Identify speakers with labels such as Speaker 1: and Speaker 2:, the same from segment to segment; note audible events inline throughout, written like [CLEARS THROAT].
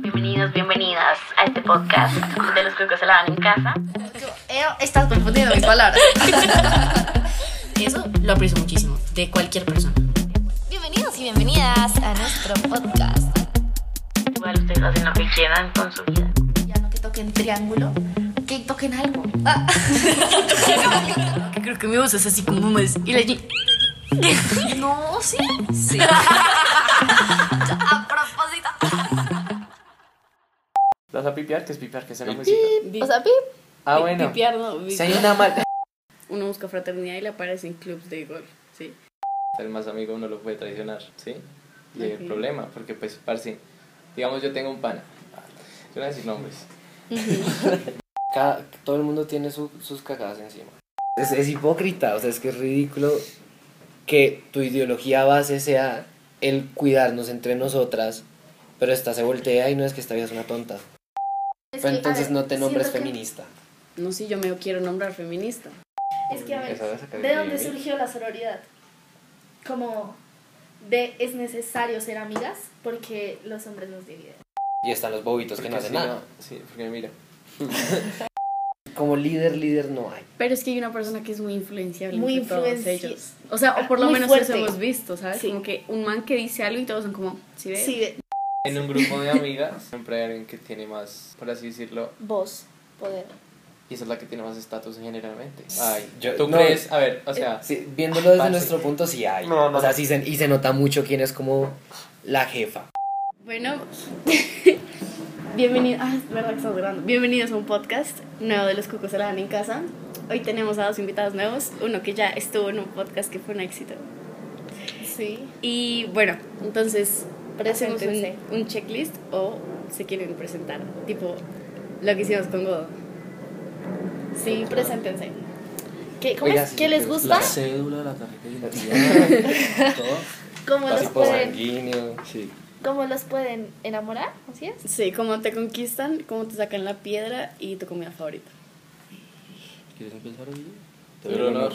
Speaker 1: Bienvenidos, bienvenidas a este podcast de los cuicos se lavan en casa.
Speaker 2: Estás confundiendo mis palabras. Eso lo aprecio muchísimo, de cualquier persona.
Speaker 3: Bienvenidos y bienvenidas a nuestro podcast.
Speaker 1: Igual ustedes hacen lo que quieran con su vida.
Speaker 2: Ya no que toquen triángulo, que toquen algo.
Speaker 3: Ah.
Speaker 4: Creo que mi voz es así como más. Y la
Speaker 2: No, sí.
Speaker 3: [LAUGHS] A propósito.
Speaker 5: ¿Vas a pipear? ¿Qué es pipear? ¿Qué es la música?
Speaker 3: O sea, pip.
Speaker 5: Ah, bueno.
Speaker 4: Pipiar, no, vi-
Speaker 5: Si hay una mal...
Speaker 4: Uno busca fraternidad y le aparecen clubs de golf. Sí.
Speaker 5: [LAUGHS] El más amigo uno lo puede traicionar, ¿sí? Y hay
Speaker 4: Ok.
Speaker 5: el problema, porque pues, parce, digamos yo tengo un pana. Yo no voy a decir nombres. [LAUGHS]
Speaker 6: Cada- todo el mundo tiene su- sus cagadas encima. Es, es hipócrita, o sea, es que es ridículo que tu ideología base sea el cuidarnos entre nosotras, pero esta se voltea y no es que esta vida es una tonta.
Speaker 2: Es que,
Speaker 6: Pero entonces
Speaker 2: a ver,
Speaker 6: no te nombres
Speaker 2: siento que-
Speaker 6: feminista.
Speaker 4: No sé, yo me quiero nombrar feminista.
Speaker 2: Es que a ver,
Speaker 5: Esa vez acá
Speaker 2: ¿de dónde
Speaker 5: escribí.
Speaker 2: surgió la sororidad? Como de es necesario ser amigas porque los hombres nos dividen.
Speaker 6: Y están los bobitos que
Speaker 5: Porque
Speaker 6: no hacen
Speaker 5: si
Speaker 6: nada.
Speaker 5: no- sí, porque mira.
Speaker 6: Como líder, líder no hay.
Speaker 4: Pero es que hay una persona que es muy influenciable.
Speaker 2: Muy
Speaker 4: entre todos
Speaker 2: influenci-
Speaker 4: ellos. O sea, o por lo
Speaker 2: Muy
Speaker 4: menos
Speaker 2: fuerte.
Speaker 4: eso hemos visto, ¿sabes?
Speaker 2: Sí.
Speaker 4: Como que un man que dice algo y todos son como, ¿sí ves?
Speaker 2: Sí, de-
Speaker 5: En un grupo de amigas siempre hay alguien que tiene más, por así decirlo,
Speaker 3: Voz, poder.
Speaker 5: y esa es la que tiene más estatus generalmente. Ay,
Speaker 6: Yo-
Speaker 5: ¿tú
Speaker 6: no. Eh,
Speaker 5: crees? A ver, o sea,
Speaker 6: Sí, viéndolo desde
Speaker 5: Parce.
Speaker 6: nuestro punto, sí hay.
Speaker 5: No, no.
Speaker 6: O sea, sí se- y se nota mucho quién es como la jefa.
Speaker 4: [LAUGHS] Bueno, bienvenidos. Ah, es verdad que estamos grabando. Bienvenidos a un podcast nuevo de los cucos se la dan en casa. Hoy tenemos a dos invitados nuevos. Uno que ya estuvo en un podcast que fue un éxito.
Speaker 2: sí.
Speaker 4: Y bueno, entonces presenten
Speaker 2: Preséntense.
Speaker 4: un, un checklist o se quieren presentar, tipo lo que hicimos con Godo.
Speaker 2: Sí, preséntense. ¿Qué, cómo
Speaker 6: Oiga,
Speaker 2: es?
Speaker 6: sí,
Speaker 2: ¿Qué les
Speaker 6: pero
Speaker 2: gusta?
Speaker 7: cédula, la tarjeta de
Speaker 2: [LAUGHS]
Speaker 7: identidad, todo.
Speaker 2: ¿Cómo los,
Speaker 6: Tipo
Speaker 2: pueden,
Speaker 6: sanguíneo.
Speaker 2: ¿Cómo los pueden enamorar? ¿Así es?
Speaker 4: Sí, cómo te conquistan, cómo te sacan la piedra y tu comida favorita.
Speaker 7: ¿Quieres empezar hoy? [LAUGHS]
Speaker 5: el honor.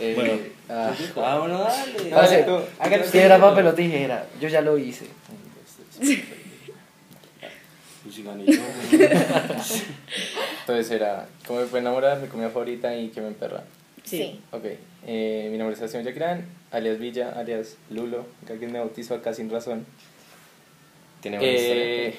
Speaker 5: Eh,
Speaker 7: Bueno.
Speaker 5: ah,
Speaker 7: Ah, bueno, dale.
Speaker 5: Parce,
Speaker 6: Parce,
Speaker 5: hágale
Speaker 6: Piedra,
Speaker 5: tú.
Speaker 6: papel o tijera. Yo ya lo hice.
Speaker 7: Pues si gané yo, güey.
Speaker 6: [LAUGHS]
Speaker 5: Entonces era, ¿cómo me fue enamorar? Mi comida favorita y que me emperra.
Speaker 4: Sí.
Speaker 5: Ok, eh, mi nombre es Sebastián Yacrán, alias Villa, alias Lulo, que alguien me bautizó acá sin razón.
Speaker 6: Tiene buena historia.
Speaker 5: Eh,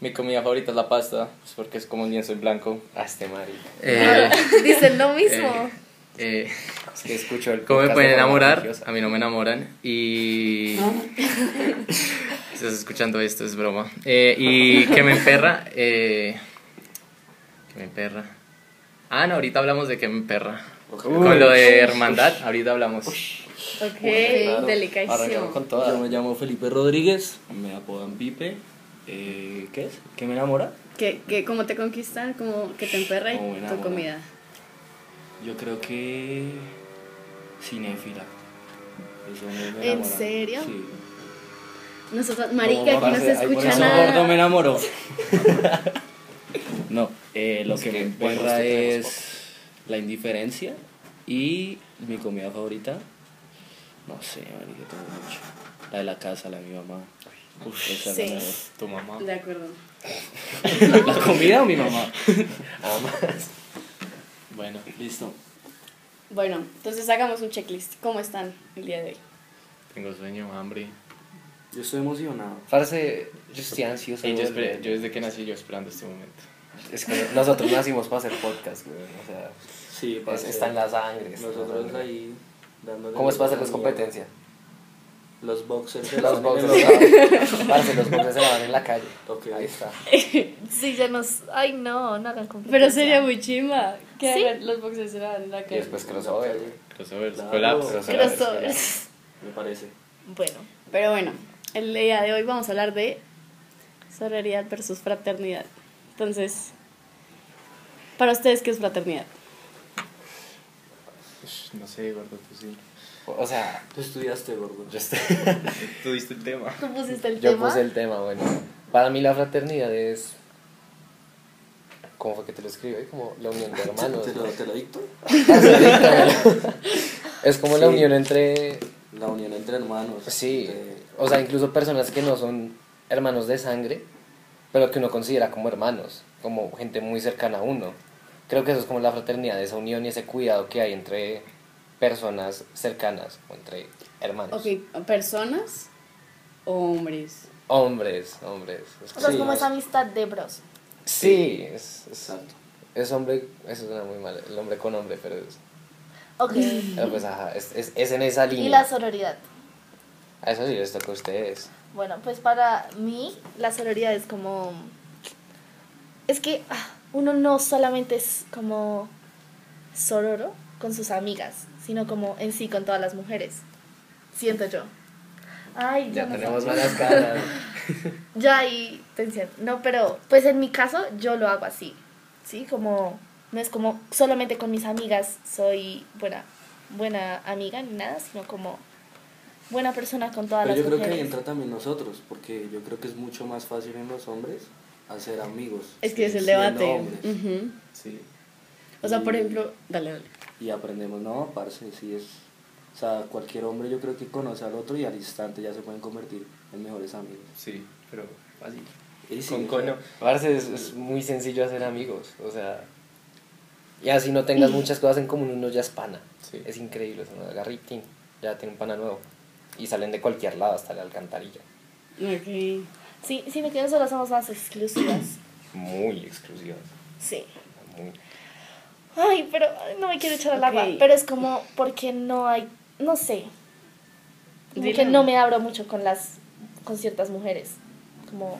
Speaker 5: mi comida favorita es la pasta, pues porque es como un lienzo en blanco.
Speaker 6: A este marica.
Speaker 7: Eh,
Speaker 4: [LAUGHS]
Speaker 2: Dicen Ah, lo
Speaker 6: Eh,
Speaker 2: mismo.
Speaker 6: Es que escucho el
Speaker 5: ¿Cómo me
Speaker 6: podcast
Speaker 5: pueden
Speaker 6: de forma
Speaker 5: enamorar?
Speaker 6: religiosa.
Speaker 5: A mí no me enamoran
Speaker 7: [LAUGHS]
Speaker 5: y... [LAUGHS] Estás escuchando esto, es broma. Eh, y que me emperra... Eh... Que me emperra. Ah, no, ahorita hablamos de que me emperra. Con lo de hermandad, ahorita hablamos.
Speaker 4: Ok,
Speaker 6: Claro.
Speaker 4: [LAUGHS]
Speaker 6: Arrancamos
Speaker 4: delicadísimo.
Speaker 6: con todas.
Speaker 7: Yo me llamo Felipe Rodríguez, me apodan Pipe. Eh, ¿Qué es? ¿Qué me enamora?
Speaker 4: Que, que cómo te conquistan, cómo que te emperra y
Speaker 7: Cómo me
Speaker 4: tu
Speaker 7: enamora.
Speaker 4: comida.
Speaker 7: Yo creo que. Cinéfila. Eso me enamora.
Speaker 2: ¿En serio?
Speaker 7: Sí.
Speaker 4: Nosotros,
Speaker 6: Como
Speaker 4: marica, aquí no
Speaker 6: parce,
Speaker 4: se
Speaker 6: ahí por
Speaker 4: escucha
Speaker 6: eso
Speaker 7: Ese gordo me
Speaker 4: nada.
Speaker 7: enamoró. No, eh, lo que me
Speaker 5: vemos
Speaker 7: emperra
Speaker 5: que tenemos
Speaker 7: es la indiferencia y mi comida favorita, no sé, marica, tengo mucho. La de la casa, la de mi mamá. Uf, esa es la
Speaker 2: Sí.
Speaker 7: mejor.
Speaker 5: Tu mamá.
Speaker 4: De acuerdo.
Speaker 7: ¿La comida o mi mamá? Bueno, listo.
Speaker 4: Bueno, entonces hagamos un checklist. ¿Cómo están el día de hoy?
Speaker 5: Tengo sueño, hambre.
Speaker 7: Yo estoy emocionado.
Speaker 6: Parce, yo estoy ansioso.
Speaker 5: Ey,
Speaker 6: de
Speaker 5: yo,
Speaker 6: volver.
Speaker 5: esperé- yo desde que nací yo esperando este momento.
Speaker 6: Es que nosotros nacimos para hacer podcast, güey. O sea,
Speaker 7: Sí,
Speaker 6: es- está en la sangre. está en la
Speaker 7: Nosotros
Speaker 6: sangre.
Speaker 7: ahí dándole.
Speaker 6: ¿Cómo es para hacer
Speaker 7: la
Speaker 6: las competencias?
Speaker 7: Los boxers.
Speaker 6: Los boxers. [LAUGHS] parce, los boxers se van en la calle.
Speaker 7: Ok.
Speaker 6: Ahí está.
Speaker 2: Sí, ya nos. Ay, no, no hagan competencia.
Speaker 4: Pero sería muy chimba que
Speaker 2: Sí.
Speaker 4: hagan los boxes se dan en la
Speaker 6: Y
Speaker 4: calle.
Speaker 6: después crossover.
Speaker 5: Crossovers,
Speaker 7: Claro.
Speaker 5: collabs.
Speaker 6: Crossover.
Speaker 2: Crossovers.
Speaker 7: Me parece.
Speaker 2: Bueno,
Speaker 4: Pero bueno, el día de hoy vamos a hablar de sororidad versus fraternidad. Entonces, para ustedes, ¿qué es fraternidad?
Speaker 5: Ush, No sé, gordo, tú sí.
Speaker 6: O sea,
Speaker 7: Tú estudiaste, gordo.
Speaker 6: yo, estoy-
Speaker 5: Tú diste el tema.
Speaker 2: tú pusiste el
Speaker 6: yo
Speaker 2: tema.
Speaker 6: puse el tema, bueno. Para mí la fraternidad es... ¿Cómo fue que te lo escribí? Como la unión de hermanos.
Speaker 7: ¿Te lo, ¿Te lo dicto?
Speaker 6: [LAUGHS] es como la unión entre
Speaker 7: La unión entre hermanos.
Speaker 6: Sí,
Speaker 7: Te-
Speaker 6: O sea, incluso personas que no son hermanos de sangre, pero que uno considera como hermanos, como gente muy cercana a uno. Creo que eso es como la fraternidad, esa unión y ese cuidado que hay entre personas cercanas o entre hermanos.
Speaker 4: Ok, ¿personas o hombres?
Speaker 6: Hombres, hombres. Es-
Speaker 2: O sea, es
Speaker 6: sí,
Speaker 2: como
Speaker 6: es-
Speaker 2: esa amistad de bros.
Speaker 6: Sí, es, es, es hombre, eso suena muy mal, el hombre con hombre, pero es,
Speaker 2: Ok.
Speaker 6: pero pues, ajá, es, es- es en esa línea.
Speaker 2: y la sororidad.
Speaker 6: A eso sí les toca a ustedes.
Speaker 2: Bueno, pues para mí la sororidad es como... Es que ah, uno no solamente es como sororo con sus amigas, sino como en sí con todas las mujeres. Siento yo. Ay, yo
Speaker 6: Ya
Speaker 2: no sé.
Speaker 6: tenemos malas caras.
Speaker 2: Ya hay tensión. No, pero pues en mi caso yo lo hago así. ¿Sí? Como no es como solamente con mis amigas soy buena buena amiga ni nada, sino como buena persona con todas
Speaker 8: Pero yo
Speaker 2: las
Speaker 8: creo que
Speaker 2: mujeres.
Speaker 8: ahí entra también nosotros, porque yo creo que es mucho más fácil en los hombres hacer amigos.
Speaker 4: Es que es el
Speaker 8: siendo
Speaker 4: debate.
Speaker 8: hombres.
Speaker 4: Ujú.
Speaker 8: Sí.
Speaker 4: O sea, por
Speaker 8: Y-
Speaker 4: ejemplo, dale, dale.
Speaker 8: Y aprendemos, no, parce, sí es. O sea, cualquier hombre yo creo que conoce al otro y al instante ya se pueden convertir en mejores amigos.
Speaker 5: Sí, pero fácil.
Speaker 8: Y sí,
Speaker 5: Con cono.
Speaker 6: Parce, es, es muy sencillo hacer amigos, o sea, ya si no tengas muchas cosas en común, uno ya es pana.
Speaker 5: Sí.
Speaker 6: Es increíble, es una garritín, ya tiene un pana nuevo. Y salen de cualquier lado, hasta la alcantarilla.
Speaker 4: Ok.
Speaker 2: Sí, sí, me quedo solo somos más exclusivas. [CLEARS THROAT]
Speaker 6: Muy exclusivas.
Speaker 2: Sí.
Speaker 6: muy-
Speaker 2: Ay, pero ay, no me quiero echar al agua.
Speaker 4: Ok.
Speaker 2: Pero es como porque no hay, no sé. Como
Speaker 4: Dilo.
Speaker 2: que no me abro mucho con las, con ciertas mujeres. Como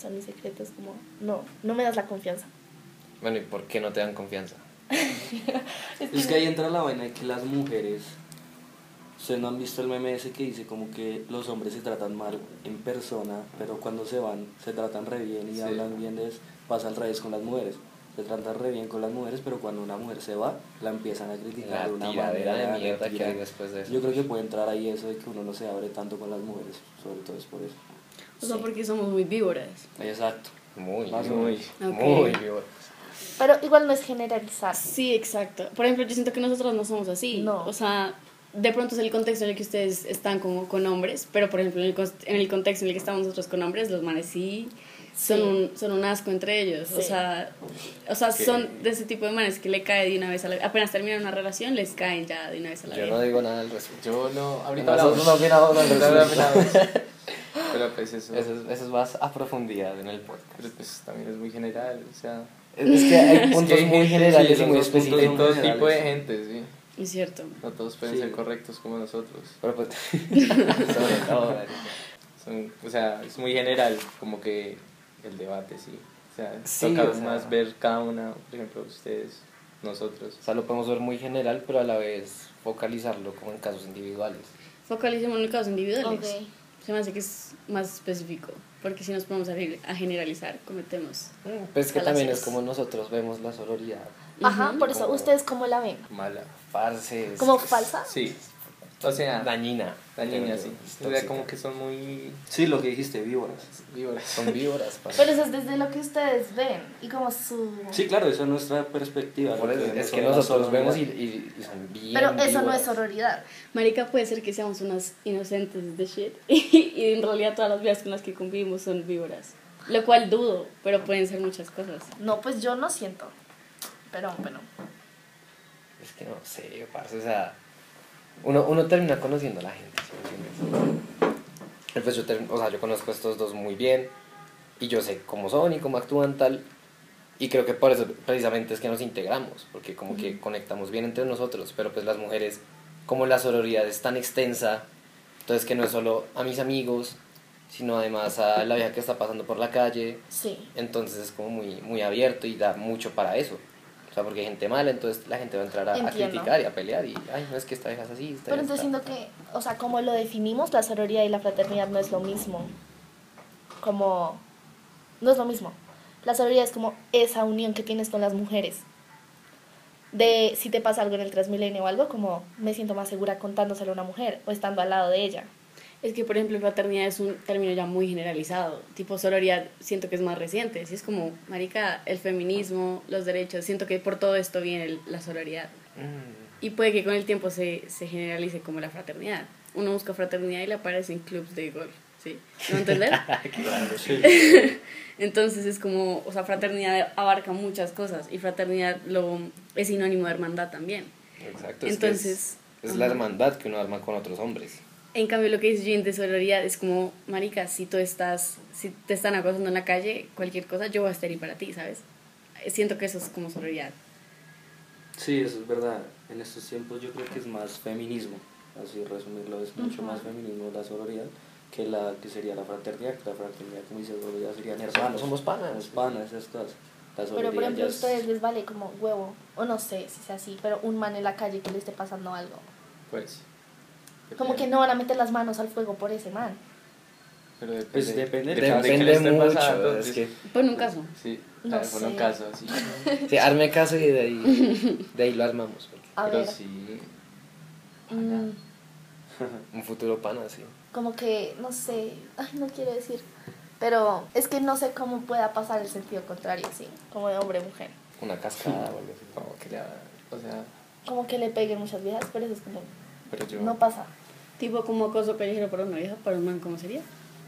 Speaker 2: son mis secretos, como no, no me das la confianza.
Speaker 6: Bueno, ¿y por qué no te dan confianza?
Speaker 8: Es que ahí entra la vaina de que las mujeres. Ustedes no han visto el meme ese que dice como que los hombres se tratan mal en persona, pero cuando se van se tratan re bien y
Speaker 5: Sí.
Speaker 8: hablan bien, de, pasa al revés con las mujeres. Se tratan re bien con las mujeres, pero cuando una mujer se va, la empiezan a criticar
Speaker 6: La
Speaker 8: de una
Speaker 6: tiradera
Speaker 8: manera.
Speaker 6: de mierda
Speaker 8: la
Speaker 6: que hay después de eso.
Speaker 8: Yo creo que puede entrar ahí eso de que uno no se abre tanto con las mujeres, sobre todo es por eso.
Speaker 4: O sea, porque somos muy víboras.
Speaker 8: Exacto.
Speaker 6: Muy,
Speaker 8: Más o
Speaker 6: muy,
Speaker 4: menos.
Speaker 6: muy
Speaker 4: Ok.
Speaker 6: vivos.
Speaker 2: Pero igual no es generalizar.
Speaker 4: Sí, exacto. Por ejemplo, yo siento que nosotros no somos así.
Speaker 2: No.
Speaker 4: O sea, de pronto es el contexto en el que ustedes están como con hombres, pero por ejemplo, en el, cos- en el contexto en el que estamos nosotros con hombres, los manes sí son,
Speaker 2: Sí.
Speaker 4: un, son un asco entre ellos. O
Speaker 2: Sí.
Speaker 4: sea, o sea
Speaker 5: Que-
Speaker 4: son de ese tipo de manes que le cae de una vez a la Apenas terminan una relación, les caen ya de una vez a la
Speaker 6: Yo
Speaker 4: vieja.
Speaker 6: no digo nada al respecto.
Speaker 5: Yo no, ahorita
Speaker 6: Nosotros no opinamos
Speaker 8: [LAUGHS]
Speaker 6: al
Speaker 5: Ahorita
Speaker 6: respecto.
Speaker 5: hablamos. Pero pues eso,
Speaker 6: Eso es, eso es más a profundidad en el podcast.
Speaker 5: pero pues también es muy general, o sea,
Speaker 6: Es que hay puntos
Speaker 5: hay
Speaker 6: muy
Speaker 5: gente,
Speaker 6: generales
Speaker 5: sí,
Speaker 6: y muy
Speaker 5: los dos puntos
Speaker 6: específicos.
Speaker 5: en todo
Speaker 8: generales.
Speaker 5: tipo de gente, sí.
Speaker 4: Es cierto.
Speaker 5: No todos pueden
Speaker 8: Sí.
Speaker 5: ser correctos como nosotros.
Speaker 6: Pero pues, [LAUGHS] sobre
Speaker 5: [LAUGHS]
Speaker 6: todo, marica.
Speaker 5: Son- o sea, es muy general, como que el debate, sí. O sea,
Speaker 6: Sí,
Speaker 5: toca
Speaker 6: o sea.
Speaker 5: más ver cada una, por ejemplo, ustedes, nosotros.
Speaker 6: O sea, lo podemos ver muy general, pero a la vez focalizarlo como en casos individuales.
Speaker 4: Focalicemos en casos individuales.
Speaker 2: Ok.
Speaker 4: Se me hace que es más específico, porque si nos ponemos a, ge- a generalizar, cometemos.
Speaker 6: Pues que
Speaker 4: Ojalá
Speaker 6: también
Speaker 4: sí
Speaker 6: es
Speaker 4: es.
Speaker 6: como nosotros vemos la sororidad.
Speaker 2: Ajá, por eso,
Speaker 6: Como-
Speaker 2: ¿ustedes cómo la ven?
Speaker 5: Mala.
Speaker 6: Parce. es-
Speaker 2: ¿Como falsa?
Speaker 5: Sí. O sea,
Speaker 6: Dañina.
Speaker 5: dañina,
Speaker 6: Pero
Speaker 5: sí.
Speaker 6: es
Speaker 5: O sea,
Speaker 6: tóxica.
Speaker 5: como que son muy
Speaker 8: Sí, lo que dijiste, víboras.
Speaker 5: víboras.
Speaker 6: Son víboras, parce.
Speaker 2: Pero eso es desde lo que ustedes ven y como su...
Speaker 8: Sí, claro, esa es nuestra perspectiva.
Speaker 6: Por
Speaker 8: lo
Speaker 6: eso,
Speaker 8: vemos
Speaker 6: es que
Speaker 8: sobre la
Speaker 6: nosotros
Speaker 8: sororidad.
Speaker 6: vemos y, y- y son bien
Speaker 2: Pero eso no es
Speaker 6: víboras.
Speaker 2: sororidad.
Speaker 4: Marica, puede ser que seamos unas inocentes de shit [LAUGHS] y, en realidad todas las vidas con las que convivimos son víboras. Lo cual dudo, pero pueden ser muchas cosas.
Speaker 2: No, pues yo no siento. Pero bueno.
Speaker 6: Es que no sé, parce, o sea, uno, uno termina conociendo a la gente, ¿sí me entiendes? Y Pues yo, term- o sea, yo conozco a estos dos muy bien y yo sé cómo son y cómo actúan tal. Y creo que por eso precisamente es que nos integramos, porque como que conectamos bien entre nosotros, pero pues las mujeres, como la sororidad es tan extensa, entonces que no es solo a mis amigos, sino además a la vieja que está pasando por la calle,
Speaker 2: Sí.
Speaker 6: entonces es como muy, muy abierto y da mucho para eso. O sea, porque hay gente mala, entonces la gente va a entrar a, a
Speaker 2: Entiendo.
Speaker 6: criticar y a pelear y, ay, no es que esta vieja es así. Esta
Speaker 2: Pero
Speaker 8: Este,
Speaker 6: vieja
Speaker 2: entonces siento
Speaker 6: está-
Speaker 2: que, o sea, como lo definimos, la sororidad y la fraternidad no es lo mismo. Como, no es lo mismo. La sororidad es como esa unión que tienes con las mujeres. De si te pasa algo en el Transmilenio o algo, como me siento más segura contándoselo a una mujer o estando al lado de ella.
Speaker 4: Es que, por ejemplo, fraternidad es un término ya muy generalizado. Tipo, sororidad siento que es más reciente. Si es como, marica, el feminismo, los derechos, siento que por todo esto viene el- la sororidad.
Speaker 6: Mm,
Speaker 4: Y puede que con el tiempo se, se generalice como la fraternidad. uno busca fraternidad y le aparecen clubs de gol, ¿sí? ¿No entender?
Speaker 8: Claro, sí.
Speaker 4: [LAUGHS] Entonces es como, o sea, fraternidad abarca muchas cosas y fraternidad lo, es sinónimo de hermandad también.
Speaker 6: Exacto. es que
Speaker 4: Entonces,
Speaker 6: es, es la hermandad que uno arma con otros hombres.
Speaker 4: En cambio, lo que dice Jean de sororidad es como, marica, si tú estás, si te están acosando en la calle, cualquier cosa, yo voy a estar ahí para ti, ¿sabes? Eh, Siento que eso es como sororidad.
Speaker 8: Sí, eso es verdad. En estos tiempos yo creo que es más feminismo, así resumirlo, es mucho más feminismo la sororidad que la que sería la fraternidad, que la fraternidad, como dice sororidad, serían hermanos.
Speaker 6: somos panas.
Speaker 8: Somos panas, esas cosas. La
Speaker 2: Pero por
Speaker 8: sororidad ya
Speaker 2: ejemplo, a
Speaker 8: es-
Speaker 2: ustedes les vale como huevo, o no sé si sea así, pero un man en la calle que le esté pasando algo.
Speaker 5: Pues,
Speaker 2: Como que no van a meter las manos al fuego por ese man.
Speaker 5: pero depende,
Speaker 8: Pues depende
Speaker 5: de
Speaker 8: de
Speaker 5: cada
Speaker 8: cada
Speaker 5: quien
Speaker 8: quien
Speaker 5: le
Speaker 6: Depende
Speaker 5: esté
Speaker 6: mucho.
Speaker 5: pasando, pues,
Speaker 6: Es que,
Speaker 4: Pon Pues, un caso.
Speaker 5: Sí,
Speaker 2: No
Speaker 5: claro, por un
Speaker 2: sé.
Speaker 5: caso, sí.
Speaker 6: sí, arme caso y de ahí, de ahí lo armamos. porque
Speaker 2: [LAUGHS] A
Speaker 5: pero
Speaker 2: ver,
Speaker 5: sí.
Speaker 2: mm,
Speaker 6: Un futuro pana, sí.
Speaker 2: como que, no sé, ay, no quiero decir, pero es que no sé cómo pueda pasar el sentido contrario, ¿sí? Como de hombre-mujer.
Speaker 6: Una cascada, o algo así.
Speaker 5: Como que ya, o sea,
Speaker 2: Como que le peguen muchas viejas, pero eso es como,
Speaker 5: pero yo...
Speaker 2: no pasa.
Speaker 4: Tipo como acoso callejero para una vieja, para un man, ¿cómo sería?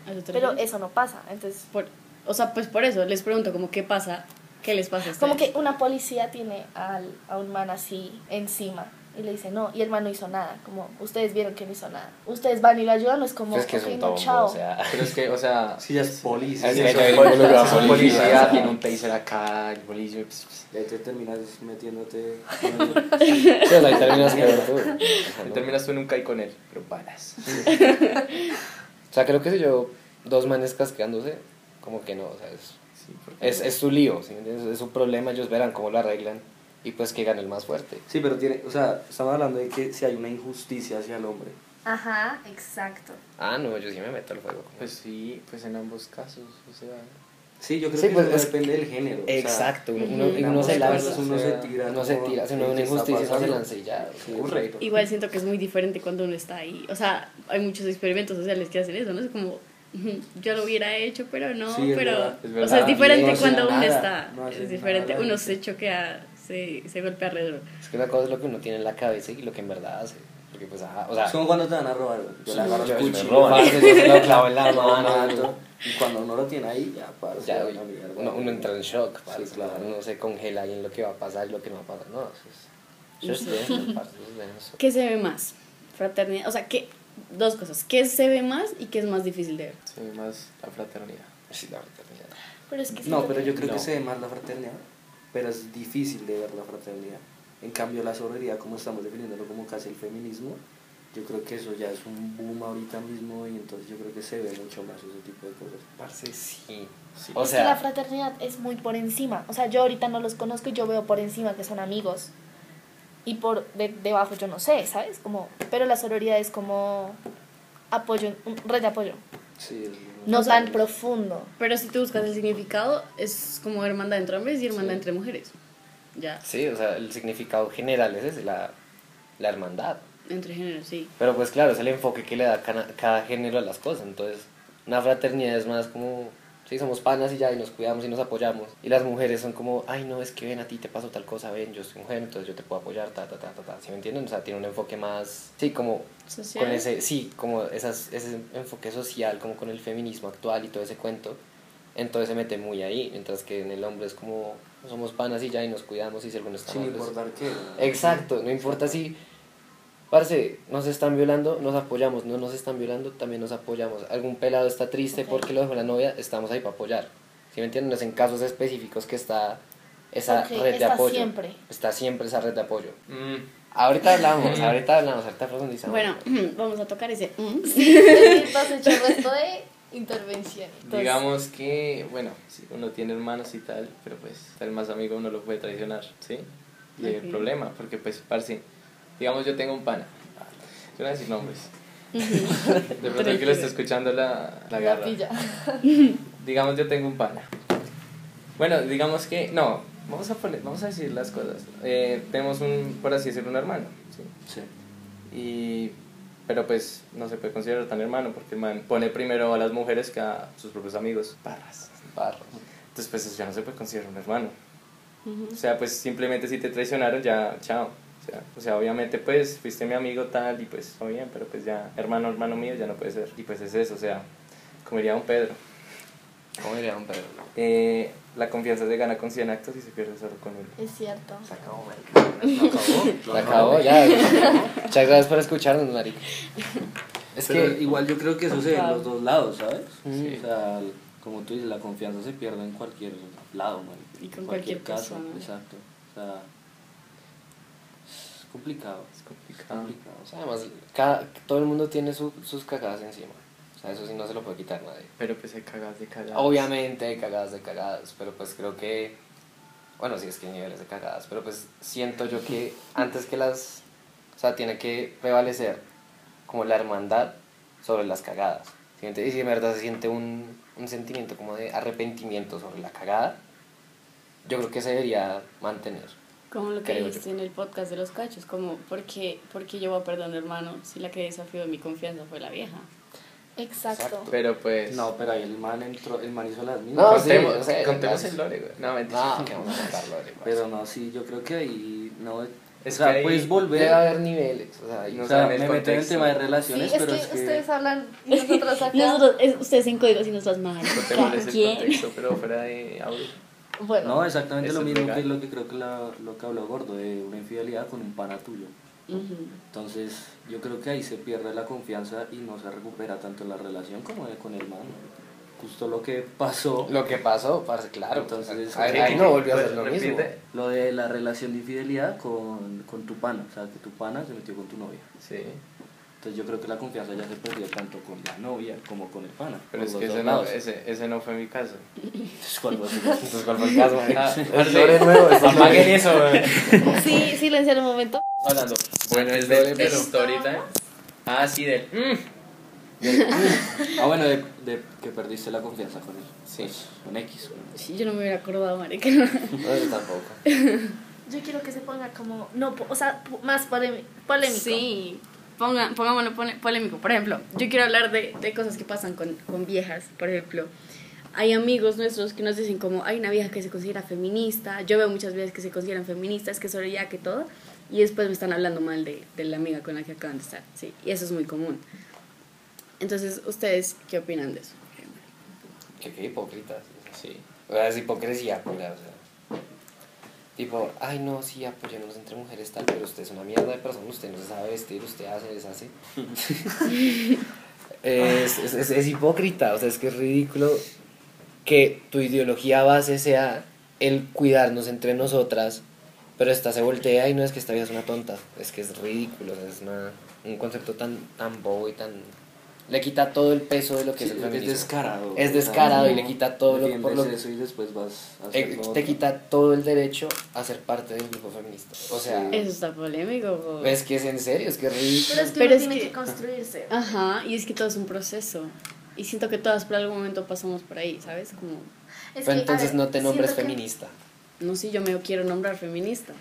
Speaker 4: ¿A eso te
Speaker 2: Pero
Speaker 4: refieres?
Speaker 2: eso no pasa, entonces...
Speaker 4: Por- o sea, pues por eso les pregunto, como, ¿qué pasa? ¿Qué les pasa a
Speaker 2: Como
Speaker 4: ustedes?
Speaker 2: que una policía tiene al, a un man así encima y le dice no, y el man no hizo nada. Como ustedes vieron que no hizo nada. Ustedes van y lo ayudan, no es como,
Speaker 6: Pues es que es
Speaker 2: "Ok,
Speaker 6: un
Speaker 2: no,
Speaker 6: tombo,
Speaker 2: chao.
Speaker 6: o sea. [LAUGHS]
Speaker 5: Pero es que, o sea...
Speaker 8: Sí, ya es policía.
Speaker 5: Es
Speaker 6: Sí,
Speaker 5: que
Speaker 6: eso
Speaker 5: ya
Speaker 6: es
Speaker 5: el
Speaker 6: involucrado,
Speaker 5: policía,
Speaker 6: policía, o sea.
Speaker 5: tiene un taser acá, el pues, bolillo... pss, pss.
Speaker 8: Y ahí te terminas metiéndote.
Speaker 6: Sí, pues ahí
Speaker 5: [LAUGHS]
Speaker 6: terminas peor tú. Ajá,
Speaker 5: Te
Speaker 6: ¿no?
Speaker 5: terminas tú nunca ahí con él, pero balas.
Speaker 6: O sea, creo que si yo, dos manes casqueándose, como que no, o sea, es,
Speaker 5: Sí, porque-
Speaker 6: es, es su lío, ¿sí me entiendes? Es su problema, ellos verán cómo lo arreglan y pues que gane el más fuerte.
Speaker 8: sí, pero tiene, o sea, estamos hablando de que si hay una injusticia hacia el hombre.
Speaker 2: Ajá, exacto.
Speaker 6: Ah, no, yo sí me meto al fuego.
Speaker 5: Pues sí, pues en ambos casos, o sea...
Speaker 8: Sí, yo creo
Speaker 6: Sí,
Speaker 8: que
Speaker 6: pues,
Speaker 8: eso
Speaker 6: es-
Speaker 8: depende del género. o sea,
Speaker 6: Exacto, uno, uno-
Speaker 8: en
Speaker 6: uno
Speaker 8: ambos
Speaker 6: se
Speaker 8: casos
Speaker 6: lanza,
Speaker 8: uno se tira.
Speaker 6: uno se
Speaker 8: como,
Speaker 6: tira, si no
Speaker 8: ¿qué
Speaker 6: una
Speaker 8: está
Speaker 6: injusticia uno se
Speaker 8: pasando?
Speaker 6: lanza y ya.
Speaker 8: Sí,
Speaker 5: Ocurre.
Speaker 4: Igual siento que es muy diferente cuando uno está ahí. O sea, hay muchos experimentos sociales que hacen eso, ¿no? Es como, yo lo hubiera hecho, pero no,
Speaker 8: Sí, es
Speaker 4: pero...
Speaker 8: verdad, es
Speaker 4: o sea,
Speaker 8: verdad.
Speaker 4: es diferente
Speaker 8: No hacen
Speaker 4: cuando uno
Speaker 8: nada,
Speaker 4: está.
Speaker 8: no hacen
Speaker 4: es diferente,
Speaker 8: nada.
Speaker 4: uno se choquea, se, se golpea re duro.
Speaker 6: Es que una cosa es lo que uno tiene en la cabeza y lo que en verdad hace. Porque pues, ajá, o sea,
Speaker 8: Es como cuando te van a robar. güey. Yo le agarro
Speaker 6: yo-
Speaker 8: el
Speaker 6: yo me
Speaker 8: cuchillo.
Speaker 6: roban,
Speaker 8: parce,
Speaker 6: yo se lo clavo en
Speaker 8: [LAUGHS]
Speaker 6: la
Speaker 8: lo
Speaker 6: mano.
Speaker 8: mato, Y cuando uno lo tiene ahí, ya, parce,
Speaker 6: Ya,
Speaker 8: una mierda.
Speaker 6: uno, uno entra en shock, parce,
Speaker 8: Sí, claro.
Speaker 6: uno se congela ahí en lo que va a pasar y lo que no va a pasar. No, eso es, eso es
Speaker 8: [LAUGHS]
Speaker 6: denso, parce, eso es denso.
Speaker 4: ¿Qué se ve más? Fraternidad, o sea, ¿qué? Dos cosas, ¿qué se ve más y qué es más difícil de ver?
Speaker 5: Se ve más la fraternidad.
Speaker 6: Sí, la fraternidad.
Speaker 2: Pero es que
Speaker 8: No,
Speaker 2: siento
Speaker 8: pero
Speaker 2: que-
Speaker 8: yo creo
Speaker 5: No.
Speaker 8: que se ve más la fraternidad, pero es difícil de ver la fraternidad. En cambio, la sororidad, como estamos definiéndolo como casi el feminismo, yo creo que eso ya es un boom ahorita mismo y entonces yo creo que se ve mucho más ese tipo de cosas.
Speaker 6: Parce, sí.
Speaker 5: Sí.
Speaker 6: O
Speaker 2: es que la
Speaker 6: sea,
Speaker 2: fraternidad es muy por encima. O sea, yo ahorita no los conozco y yo veo por encima que son amigos. Y por de- debajo yo no sé, ¿sabes? Como, pero la sororidad es como apoyo, un red de apoyo.
Speaker 8: Sí, es
Speaker 2: No
Speaker 8: es
Speaker 2: tan
Speaker 8: algo-
Speaker 2: profundo.
Speaker 4: Pero si tú buscas el significado, es como hermandad entre hombres y hermandad entre mujeres. Ya,
Speaker 6: sí, o sea, el significado general es ese, la, la hermandad.
Speaker 4: entre géneros, sí.
Speaker 6: Pero pues claro, es el enfoque que le da cana- cada, género a las cosas. Entonces, una fraternidad es más como, sí, somos panas y ya, y nos cuidamos y nos apoyamos. Y las mujeres son como, ay, no, es que ven, a ti te pasó tal cosa, ven, yo soy mujer, entonces yo te puedo apoyar, ta, ta, ta, ta, ta. ¿Sí me entienden? O sea, tiene un enfoque más, sí, como
Speaker 4: Social.
Speaker 6: con ese, sí, como esas, ese enfoque social, como con el feminismo actual y todo ese cuento. Entonces se mete muy ahí, mientras que en el hombre es como, somos panas y ya, y nos cuidamos y si alguno está
Speaker 8: Sin
Speaker 6: mal, pues,
Speaker 8: importar qué. ¿no?
Speaker 6: Exacto, no importa si, parce, nos están violando, nos apoyamos, no nos están violando, también nos apoyamos. Algún pelado está triste porque lo dejó la novia, estamos ahí para apoyar. ¿Sí me entienden? Es en casos específicos que está esa
Speaker 2: Ok,
Speaker 6: red de
Speaker 2: está [LAUGHS]
Speaker 6: apoyo.
Speaker 2: siempre.
Speaker 6: Está siempre esa red de apoyo.
Speaker 5: Mm,
Speaker 6: Ahorita hablamos, ahorita hablamos, ahorita profundizamos.
Speaker 4: Bueno, [CLEARS THROAT] vamos a tocar ese. mm.
Speaker 2: Has hecho el resto de intervenciones.
Speaker 5: digamos que, bueno, sí, uno tiene hermanos y tal, pero pues el más amigo uno lo puede traicionar, ¿sí? Y hay
Speaker 4: Ok.
Speaker 5: el problema, porque pues, parce, digamos yo tengo un pana, yo no voy a decir nombres, [LAUGHS] de pronto el que lo está escuchando la, la garra. Digamos yo tengo un pana. Bueno, digamos que, no, vamos a, poner, vamos a decir las cosas. Eh, tenemos un, por así decirlo, un hermano, ¿sí?
Speaker 8: Sí.
Speaker 5: Y, pero pues no se puede considerar tan hermano porque el man pone primero a las mujeres que a sus propios amigos. Barras.
Speaker 6: Barro.
Speaker 5: Entonces pues eso ya no se puede considerar un hermano. O sea, pues simplemente si te traicionaron ya, chao. O sea, o sea, obviamente pues fuiste mi amigo tal y pues está bien, pero pues ya hermano, hermano mío ya no puede ser. Y pues es eso, o sea, como diría don Pedro,
Speaker 7: ¿Cómo diría un Pedro?
Speaker 5: eh, la confianza se gana con 100 actos y se pierde solo con uno.
Speaker 2: Es cierto.
Speaker 6: Se acabó, ya. Muchas gracias por escucharnos, marica.
Speaker 8: Es
Speaker 6: Es
Speaker 8: que
Speaker 6: que
Speaker 8: igual yo creo que eso se ve en los dos lados, ¿sabes? O sea, como tú dices, la confianza se pierde en cualquier lado, man.
Speaker 4: Y con cualquier persona.
Speaker 8: Exacto. O sea, es complicado. Es complicado.
Speaker 6: O sea, además, cada, todo el mundo tiene su- sus cagadas encima. O sea, eso sí no se lo puede quitar nadie.
Speaker 5: Pero pues hay cagadas de cagadas.
Speaker 6: Obviamente hay cagadas de cagadas, pero pues creo que... Bueno, sí es que hay niveles de cagadas, pero pues siento yo
Speaker 8: [LAUGHS]
Speaker 6: que antes que las... O sea, tiene que prevalecer como la hermandad sobre las cagadas. ¿sí me entiendes? Y si en verdad se siente un, un sentimiento como de arrepentimiento sobre la cagada, yo creo que se debería mantener.
Speaker 4: Como lo que
Speaker 6: Creo
Speaker 4: dijiste en el podcast de los cachos, como, ¿por qué, por qué yo voy a perdonar, hermano, si la que desafió mi confianza fue la vieja?
Speaker 2: Exacto.
Speaker 6: Exacto.
Speaker 5: Pero pues...
Speaker 8: No, pero ahí el man entró, el man hizo las mismas.
Speaker 6: No,
Speaker 5: contemos,
Speaker 6: sí, yo sé,
Speaker 5: contemos
Speaker 6: las-
Speaker 5: el lore, güey. No, mentira.
Speaker 6: No, que vamos a contarlo. ahorita.
Speaker 8: Pero no, sí, yo creo que ahí no.
Speaker 5: Es
Speaker 8: o sea,
Speaker 5: que ahí
Speaker 8: puedes volver.
Speaker 6: Debe haber niveles, o sea, y-
Speaker 5: No
Speaker 8: o
Speaker 5: saben
Speaker 8: sea,
Speaker 5: el
Speaker 8: me meto en el
Speaker 5: contexto.
Speaker 8: tema de
Speaker 2: Sí,
Speaker 8: relaciones,
Speaker 2: es
Speaker 8: pero
Speaker 2: que
Speaker 8: es que.
Speaker 2: ustedes hablan y nosotros acá.
Speaker 4: Nosotros, es- ustedes en códigos y nosotros más.
Speaker 5: Contémosles el
Speaker 4: ¿Quién?
Speaker 5: contexto, pero fuera de audio.
Speaker 2: Bueno,
Speaker 8: No, exactamente
Speaker 5: Eso
Speaker 8: lo
Speaker 5: es
Speaker 8: mismo
Speaker 5: legal.
Speaker 8: que lo que creo que la- lo que habló Gordo, de una infidelidad con un pana tuyo.
Speaker 4: Ujú.
Speaker 8: Entonces, yo creo que ahí se pierde la confianza y no se recupera tanto la relación como de- con el man. Justo lo que pasó,
Speaker 6: Lo que pasó, parce, claro.
Speaker 8: Entonces,
Speaker 6: ahí,
Speaker 8: ¿qué-
Speaker 6: ahí
Speaker 8: qué-
Speaker 6: no volvió a hacer
Speaker 5: re-
Speaker 8: pues,
Speaker 6: lo
Speaker 5: repite?
Speaker 6: mismo.
Speaker 8: lo de la relación de infidelidad con, con tu pana, o sea, que tu pana se metió con tu novia.
Speaker 5: Sí.
Speaker 8: Entonces, yo creo que la confianza ya se perdió tanto con la novia como con el pana.
Speaker 5: Pero
Speaker 8: por
Speaker 5: es
Speaker 8: los
Speaker 5: que
Speaker 8: dos
Speaker 5: ese no,
Speaker 8: lados.
Speaker 5: ese, ese no fue mi caso.
Speaker 8: Entonces, cuando
Speaker 5: [LAUGHS]
Speaker 8: se-
Speaker 6: Entonces, ¿cuál fue el [LAUGHS] caso?
Speaker 5: Ah,
Speaker 6: El lore
Speaker 8: [LAUGHS]
Speaker 6: nuevo, es el lore.
Speaker 5: Apaguen eso, güey.
Speaker 2: sí, silencio en un momento.
Speaker 5: Hablando. Bueno, es del del story time. Ah, sí, del. mm.
Speaker 8: Ah, bueno, de, de que perdiste la confianza con él. Sí. con X. con-
Speaker 4: Sí, yo no me hubiera acordado, marica.
Speaker 6: No, yo
Speaker 8: [LAUGHS]
Speaker 6: tampoco.
Speaker 2: Yo quiero que se ponga como. No, po- o sea, po- más polemi- polémico.
Speaker 4: Sí, ponga, pongámoslo pole- polémico. Por ejemplo, yo quiero hablar de, de cosas que pasan con, con viejas. Por ejemplo, hay amigos nuestros que nos dicen como, hay una vieja que se considera feminista. Yo veo muchas veces que se consideran feministas, que sororidad, que todo. Y después me están hablando mal de, de la amiga con la que acaban de estar. Sí, y eso es muy común. Entonces, ¿ustedes qué opinan de eso?
Speaker 6: Qué, qué hipócritas. Sí. O sea, es hipocresía, pura, o sea. Tipo, ay, no, sí, apoyémonos entre mujeres tal, pero usted es una mierda de persona, usted no se sabe vestir, usted hace, deshace. [LAUGHS] es, es, es, es hipócrita, o sea, es que es ridículo que tu ideología base sea el cuidarnos entre nosotras, pero esta se voltea y no es que esta vida es una tonta, es que es ridículo, o sea, es una- un concepto tan, tan bobo y tan... Le quita todo el peso de lo que
Speaker 8: Sí,
Speaker 6: es el feminismo.
Speaker 8: descarado.
Speaker 6: Es descarado y le quita todo lo- por lo-
Speaker 8: Defiendes eso y después vas a hacer
Speaker 6: Eh,
Speaker 8: lo
Speaker 6: te
Speaker 8: otro.
Speaker 6: quita todo el derecho a ser parte del grupo feminista. O sea,
Speaker 8: Sí.
Speaker 4: Eso está polémico. bo.
Speaker 6: es que es en serio, es que es
Speaker 2: Pero
Speaker 6: ridículo.
Speaker 2: es que
Speaker 4: Pero
Speaker 2: uno
Speaker 4: es
Speaker 2: tiene
Speaker 4: que- ah.
Speaker 2: que, construirse.
Speaker 4: Ajá, y es que todo es un proceso. Y siento que todas por algún momento pasamos por ahí, ¿sabes? Como,
Speaker 2: Es que,
Speaker 6: Pero
Speaker 2: a
Speaker 6: entonces
Speaker 2: ver,
Speaker 6: no te nombres
Speaker 2: siento que-
Speaker 6: feminista.
Speaker 4: no sé, yo me quiero nombrar feminista.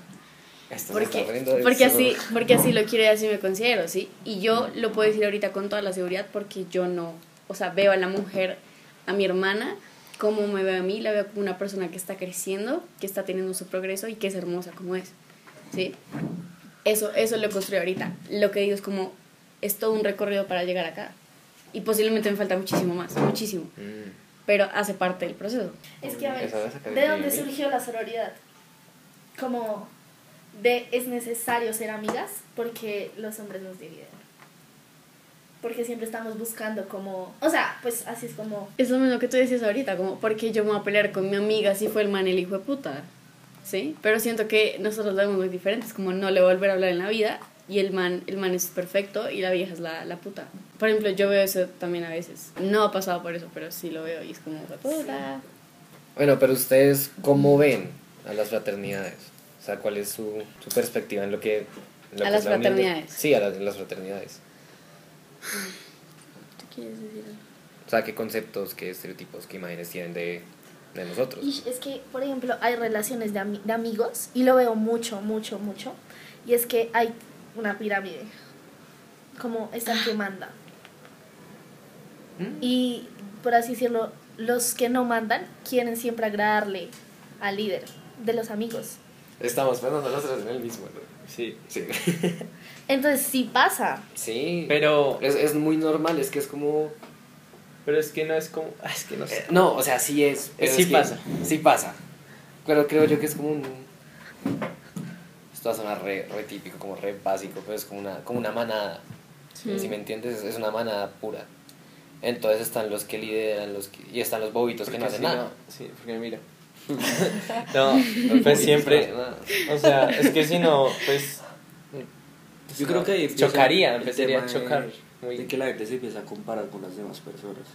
Speaker 6: Esto se está poniendo
Speaker 4: Porque, porque,
Speaker 6: de-
Speaker 4: así, porque así lo quiero y así me considero, ¿sí? Y yo lo puedo decir ahorita con toda la seguridad porque yo no, o sea, veo a la mujer, a mi hermana, como me veo a mí, la veo como una persona que está creciendo, que está teniendo su progreso y que es hermosa como es, ¿sí? Eso, eso lo construyo ahorita. Lo que digo es como, es todo un recorrido para llegar acá. Y posiblemente me falta muchísimo más, muchísimo.
Speaker 5: Mm.
Speaker 4: Pero hace parte del proceso.
Speaker 2: Es que, a ver,
Speaker 5: Esa la sacaré
Speaker 2: ¿de
Speaker 5: de
Speaker 2: dónde
Speaker 5: mí.
Speaker 2: surgió la sororidad? Como de es necesario ser amigas porque los hombres nos dividen. Porque siempre estamos buscando como... O sea, pues así es como...
Speaker 4: Es lo mismo que tú decías ahorita, como, ¿por qué yo me voy a pelear con mi amiga si fue el man el hijo de puta? ¿Sí? Pero siento que nosotros lo vemos muy diferentes, como no le voy a volver a hablar en la vida y el man, el man es perfecto y la vieja es la, la puta. Por ejemplo, yo veo eso también a veces. No ha pasado por eso, pero sí lo veo y es como, puta.
Speaker 6: Bueno, pero ustedes, ¿cómo ven a las fraternidades? O sea, ¿cuál es su, su perspectiva en lo que... en lo
Speaker 4: A
Speaker 6: que
Speaker 4: las
Speaker 6: es la unión de-
Speaker 4: fraternidades.
Speaker 6: Sí, a las, las fraternidades.
Speaker 4: ¿Tú quieres decir algo?
Speaker 6: O sea, ¿qué conceptos, qué estereotipos, qué imágenes tienen de, de nosotros?
Speaker 2: Ish, es que, por ejemplo, hay relaciones de, ami- de amigos y lo veo mucho, mucho, mucho. Y es que hay una pirámide. Como es
Speaker 6: Ah.
Speaker 2: el que manda.
Speaker 6: Mm.
Speaker 2: Y, por así decirlo, los que no mandan quieren siempre agradarle al líder de los amigos.
Speaker 6: Estamos pensando nosotros en el mismo, ¿no?
Speaker 5: Sí.
Speaker 6: Sí.
Speaker 2: Entonces sí pasa.
Speaker 6: Sí.
Speaker 5: Pero,
Speaker 6: Es, es muy normal, es que es como...
Speaker 5: pero es que no es como. ah, Es que no
Speaker 6: eh,
Speaker 5: sé.
Speaker 6: No, o sea, sí es. pero
Speaker 5: eh, Sí
Speaker 6: es que-
Speaker 5: pasa.
Speaker 6: Sí pasa. Pero creo yo que es como un... Esto va a sonar re, re típico, como re básico, pero es como una, como una manada. Si me entiendes, es- es una manada pura. Entonces están los que lideran los que- y están los bobitos que no
Speaker 5: Porque
Speaker 6: hacen
Speaker 5: si
Speaker 6: nada.
Speaker 5: sí, porque mira. no,
Speaker 6: Los
Speaker 5: pues
Speaker 6: bobitos
Speaker 5: siempre.
Speaker 6: que no hacen nada.
Speaker 5: O sea, es que si no, pues.
Speaker 8: Yo creo que ahí empieza
Speaker 5: Chocaría,
Speaker 8: el
Speaker 5: empezaría a
Speaker 8: tema de-
Speaker 5: chocar.
Speaker 8: De
Speaker 5: Muy...
Speaker 8: que la gente se empieza a comparar con las demás personas.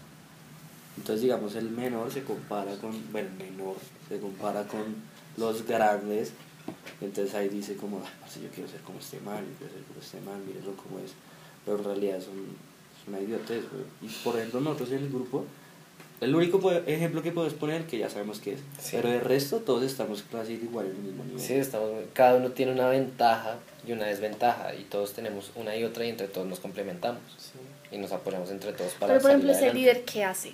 Speaker 8: Entonces, digamos, el menor se compara con. Bueno, el menor se compara con los grandes. Entonces ahí dice, como, ah, parce, yo quiero ser como este man, yo quiero ser como este man, mírenlo como es. Pero en realidad son, es una idiotez, güey. Y por ejemplo, nosotros en el grupo, el único po- ejemplo que podemos poner, que ya sabemos que es,
Speaker 6: Sí.
Speaker 8: pero el resto todos estamos casi igual en el mismo nivel.
Speaker 6: Sí, estamos, cada uno tiene una ventaja y una desventaja y todos tenemos una y otra y entre todos nos complementamos y nos apoyamos entre todos para
Speaker 2: Pero por
Speaker 6: salir
Speaker 2: ejemplo, ese
Speaker 6: adelante.
Speaker 2: líder, ¿qué hace?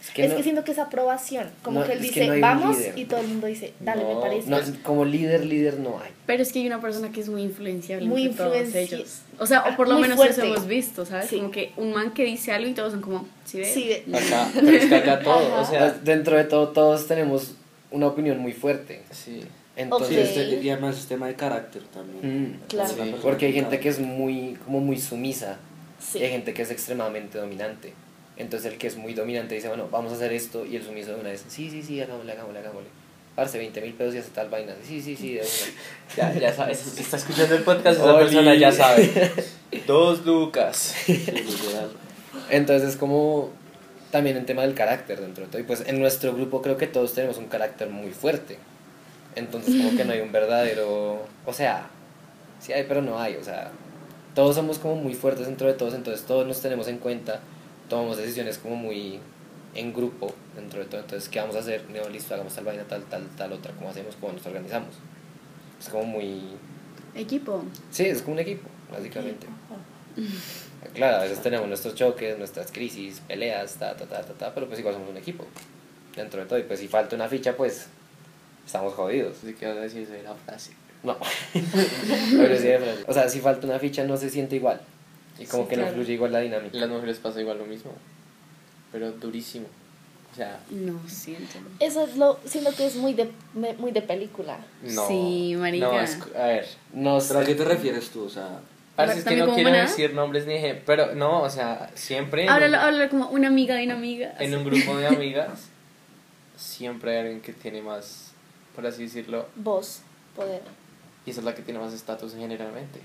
Speaker 6: Es que,
Speaker 2: es
Speaker 6: no-
Speaker 2: que siento que es aprobación. Como
Speaker 6: No,
Speaker 2: que él
Speaker 6: es que
Speaker 2: dice,
Speaker 6: no hay un
Speaker 2: vamos,
Speaker 6: líder.
Speaker 2: y todo el mundo dice, dale,
Speaker 5: No,
Speaker 2: me parece.
Speaker 6: no, como líder, líder no hay.
Speaker 4: Pero es que hay una persona que es muy influenciable
Speaker 2: Muy
Speaker 4: entre todos
Speaker 2: influenci-
Speaker 4: ellos. O sea, o por lo
Speaker 2: Muy
Speaker 4: menos
Speaker 2: fuerte.
Speaker 4: eso hemos visto, ¿sabes?
Speaker 2: Sí.
Speaker 4: Como que un man que dice algo y todos son como, ¿sí ves?
Speaker 2: Sí, de-
Speaker 5: [LAUGHS] Acá, pero es que acá todo, o
Speaker 6: Pues,
Speaker 5: sea.
Speaker 6: Dentro de todo, todos tenemos una opinión muy fuerte.
Speaker 5: Sí.
Speaker 8: Sí,
Speaker 6: Entonces,
Speaker 2: Ok.
Speaker 8: este- y además es tema de carácter también.
Speaker 6: mm,
Speaker 2: Claro.
Speaker 5: Sí.
Speaker 6: porque hay gente que es muy, como muy sumisa
Speaker 2: sí.
Speaker 6: y hay gente que es extremadamente dominante. Entonces, el que es muy dominante dice, bueno, vamos a hacer esto y el sumiso de una vez, sí, sí, sí, hagámosle, hagámosle, hagámosle. Parce, 20 mil pesos y hace tal vaina. Sí, sí, sí, de una.
Speaker 5: Ya, ya sabes, [LAUGHS] si está escuchando el podcast,
Speaker 6: Oli.
Speaker 5: sabe. Dos lucas.
Speaker 8: Sí, literal.
Speaker 6: Entonces, como también el tema del carácter dentro de todo. Y pues en nuestro grupo creo que todos tenemos un carácter muy fuerte. Entonces, como que no hay un verdadero. O sea, sí hay, pero no hay. O sea, todos somos como muy fuertes dentro de todos. Entonces, todos nos tenemos en cuenta. Tomamos decisiones como muy en grupo dentro de todo. Entonces, ¿qué vamos a hacer? No, listo, hagamos tal vaina, tal, tal, tal, otra. ¿Cómo hacemos? ¿Cómo nos organizamos? Es como muy.
Speaker 4: Equipo.
Speaker 6: Sí, es como un equipo, básicamente. Claro, a veces tenemos nuestros choques, nuestras crisis, peleas, ta, ta, ta, ta, ta, pero pues igual somos un equipo dentro de todo. Y pues si falta una ficha, pues estamos jodidos.
Speaker 5: Así que vas a decir, soy la frase.
Speaker 6: No. [LAUGHS] Pero sí, de frente. o sea, si falta una ficha, no se siente igual. Y como
Speaker 2: Sí,
Speaker 6: que no
Speaker 2: claro.
Speaker 6: fluye igual la dinámica.
Speaker 5: Las mujeres pasa igual lo mismo, pero durísimo. O sea,
Speaker 4: No, siento.
Speaker 2: Eso es lo, siento que es muy de, me- muy de película.
Speaker 5: no.
Speaker 4: Sí, marica.
Speaker 5: No, es, a ver.
Speaker 6: No
Speaker 8: ¿Pero a qué
Speaker 6: sé.
Speaker 8: te refieres tú? O sea,
Speaker 5: Parece que
Speaker 4: ¿También
Speaker 5: no
Speaker 4: como
Speaker 5: quiero
Speaker 4: manada?
Speaker 5: decir nombres ni ejem- pero no, o sea, siempre en,
Speaker 4: Háblalo,
Speaker 5: un-
Speaker 4: háblalo como una amiga de una amiga.
Speaker 5: en un grupo de amigas siempre hay alguien que tiene más, por así decirlo,
Speaker 2: Voz, poder.
Speaker 5: y esa es la que tiene más estatus generalmente.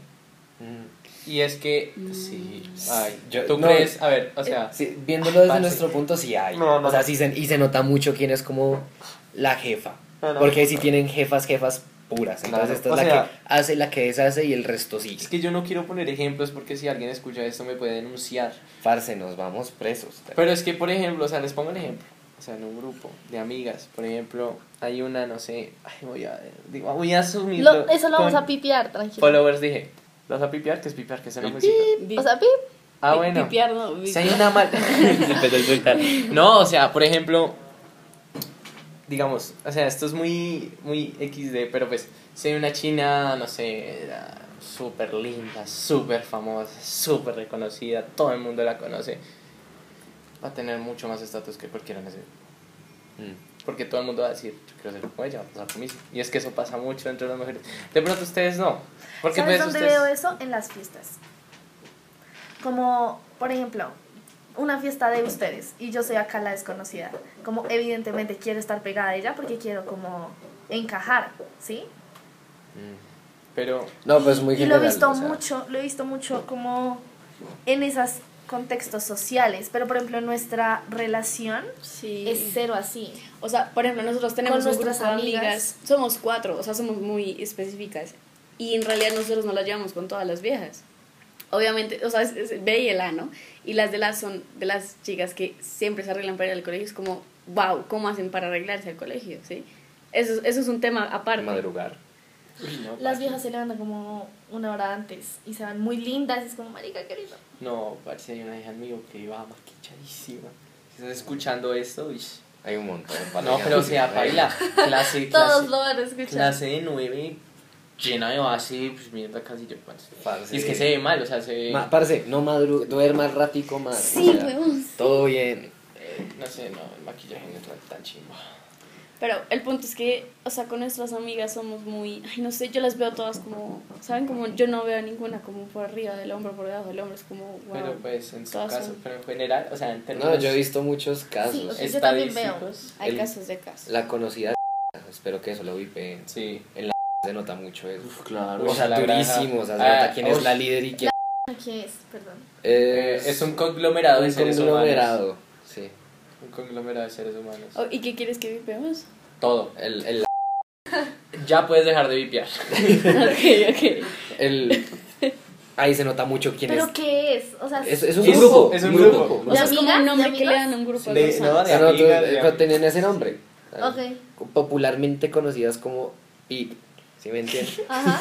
Speaker 6: Mm.
Speaker 5: Y es que,
Speaker 4: Mm.
Speaker 5: sí, ay,
Speaker 6: Yo-
Speaker 5: tú
Speaker 6: no.
Speaker 5: crees, a ver, o
Speaker 4: Eh,
Speaker 5: sea,
Speaker 6: Sí, viéndolo desde
Speaker 5: Parce.
Speaker 6: nuestro punto, sí hay.
Speaker 5: No, no,
Speaker 6: o sea,
Speaker 5: no.
Speaker 6: sí se, y se nota mucho quién es como la jefa.
Speaker 5: Ah, No, no.
Speaker 6: porque ahí sí tienen jefas, jefas puras.
Speaker 5: Claro.
Speaker 6: Entonces, esta es
Speaker 5: O
Speaker 6: la
Speaker 5: sea-
Speaker 6: que hace, la que deshace y el resto sigue.
Speaker 5: es que yo no quiero poner ejemplos porque si alguien escucha esto me puede denunciar.
Speaker 6: Parce, nos vamos presos.
Speaker 5: Pero es que, por ejemplo, o sea, les pongo un ejemplo. O sea, en un grupo de amigas, por ejemplo, hay una, no sé, ay, voy a, digo, voy a asumirlo.
Speaker 2: Lo- eso lo vamos
Speaker 5: con
Speaker 2: a pipiar, tranquilo.
Speaker 5: Followers dije, ¿lo vas a pipear? ¿Qué es pipear? ¿Qué es el nombrecito?
Speaker 2: O sea, pip.
Speaker 5: Ah, bueno.
Speaker 4: Pipiar, no,
Speaker 5: Si hay una mal. [LAUGHS]
Speaker 2: [LAUGHS]
Speaker 5: Empezó a insultar. No, o sea, por ejemplo, digamos, o sea, esto es muy, muy XD, pero pues, si hay una china, no sé, era súper linda, súper famosa, súper reconocida, todo el mundo la conoce, va a tener mucho más estatus que cualquiera en ese
Speaker 6: Mm.
Speaker 5: porque todo el mundo va a decir, yo quiero ser como ella, va a pasar lo mismo. Y es que eso pasa mucho entre las mujeres. De pronto ustedes no. Porque
Speaker 2: ¿Sabes
Speaker 5: pues
Speaker 2: dónde
Speaker 5: ustedes...
Speaker 2: veo eso? En las fiestas. Como, por ejemplo, una fiesta de ustedes y yo soy acá la desconocida. Como evidentemente quiero estar pegada a ella porque quiero como encajar, ¿sí?
Speaker 5: Pero
Speaker 6: No, pues muy
Speaker 2: y lo he
Speaker 6: general.
Speaker 2: visto
Speaker 6: o sea,
Speaker 2: mucho, lo he visto mucho como en esos contextos sociales, pero por ejemplo nuestra relación
Speaker 4: Sí.
Speaker 2: es cero así.
Speaker 4: O sea, por ejemplo, nosotros tenemos
Speaker 2: Con
Speaker 4: un
Speaker 2: nuestras
Speaker 4: grupo de amigas.
Speaker 2: amigas.
Speaker 4: somos cuatro, o sea, somos muy específicas. Y en realidad nosotros no las llevamos con todas las viejas. Obviamente, o sea, es, es B y el A, ¿no? Y las de las son de las chicas que siempre se arreglan para ir al colegio. Es como, wow, ¿cómo hacen para arreglarse al colegio? ¿Sí? Eso, es- eso es un tema aparte.
Speaker 6: Madrugar.
Speaker 2: Las viejas se levantan como una hora antes y se van muy lindas, es como, marica, qué lindo.
Speaker 5: No, parece hay una hija mío que iba maquilladísima. Si estás escuchando esto, uish,
Speaker 7: Hay un montón.
Speaker 5: No, pero o sea, baila. Clase, clase.
Speaker 4: [LAUGHS] Todos lo van a escuchar.
Speaker 5: clase de 9 llena de base, pues mierda casi yo. parce.
Speaker 6: Parce.
Speaker 5: Y es que se ve mal, o sea, se ve.
Speaker 6: Ma- parce, no madru duermas ratico más.
Speaker 4: Sí, huevón.
Speaker 6: Todo bien.
Speaker 5: eh, no sé, no, el maquillaje no es tan- tan chimba.
Speaker 4: Pero el punto es que, o sea, con nuestras amigas somos muy, ay, no sé, yo las veo todas como, ¿saben? Como yo no veo ninguna como por arriba del hombro, por debajo del hombro, es como, wow.
Speaker 5: Pero pues en su
Speaker 4: todas
Speaker 5: caso,
Speaker 4: son-
Speaker 5: pero en general, o sea, en términos
Speaker 6: No, yo he visto muchos casos.
Speaker 2: Sí, o sea, yo también veo.
Speaker 5: estadísticos.
Speaker 4: Hay
Speaker 6: el-
Speaker 4: casos de casos.
Speaker 6: La conocida. [LAUGHS] Espero que eso lo vipen.
Speaker 5: Sí.
Speaker 6: Se nota mucho eso.
Speaker 8: Claro.
Speaker 6: O sea,
Speaker 5: la granja.
Speaker 6: durísimo. O sea, se
Speaker 5: Ah,
Speaker 6: nota quién es
Speaker 5: uy.
Speaker 6: la líder y quién.
Speaker 2: ¿Qué es? Perdón.
Speaker 5: Eh, es un conglomerado de
Speaker 6: un
Speaker 5: seres humanos.
Speaker 6: conglomerado. Sí.
Speaker 5: Un conglomerado de seres humanos.
Speaker 4: Oh, ¿Y qué quieres que
Speaker 6: [LAUGHS]
Speaker 4: vipeemos?
Speaker 5: Todo.
Speaker 6: El, el,
Speaker 5: Ya puedes dejar de vipiar.
Speaker 4: [LAUGHS] ok, ok.
Speaker 6: el- ahí se nota mucho quién
Speaker 2: ¿Pero
Speaker 6: es.
Speaker 2: qué es? O sea,
Speaker 6: Es, es un
Speaker 5: Es-
Speaker 6: grupo.
Speaker 5: es un grupo.
Speaker 6: O sea,
Speaker 4: Es como un
Speaker 2: amigas?
Speaker 4: nombre
Speaker 2: ¿De
Speaker 4: que le
Speaker 2: amigas?
Speaker 4: dan a un grupo de
Speaker 5: De- no,
Speaker 4: personas.
Speaker 5: de-
Speaker 6: Ah, no, tú-
Speaker 5: amigas, de
Speaker 6: eh, pero
Speaker 5: amigas.
Speaker 6: tenían ese nombre. Ah,
Speaker 2: Ok.
Speaker 6: Popularmente conocidas como PIP. ¿Sí me entiendes?
Speaker 2: [LAUGHS] Ajá.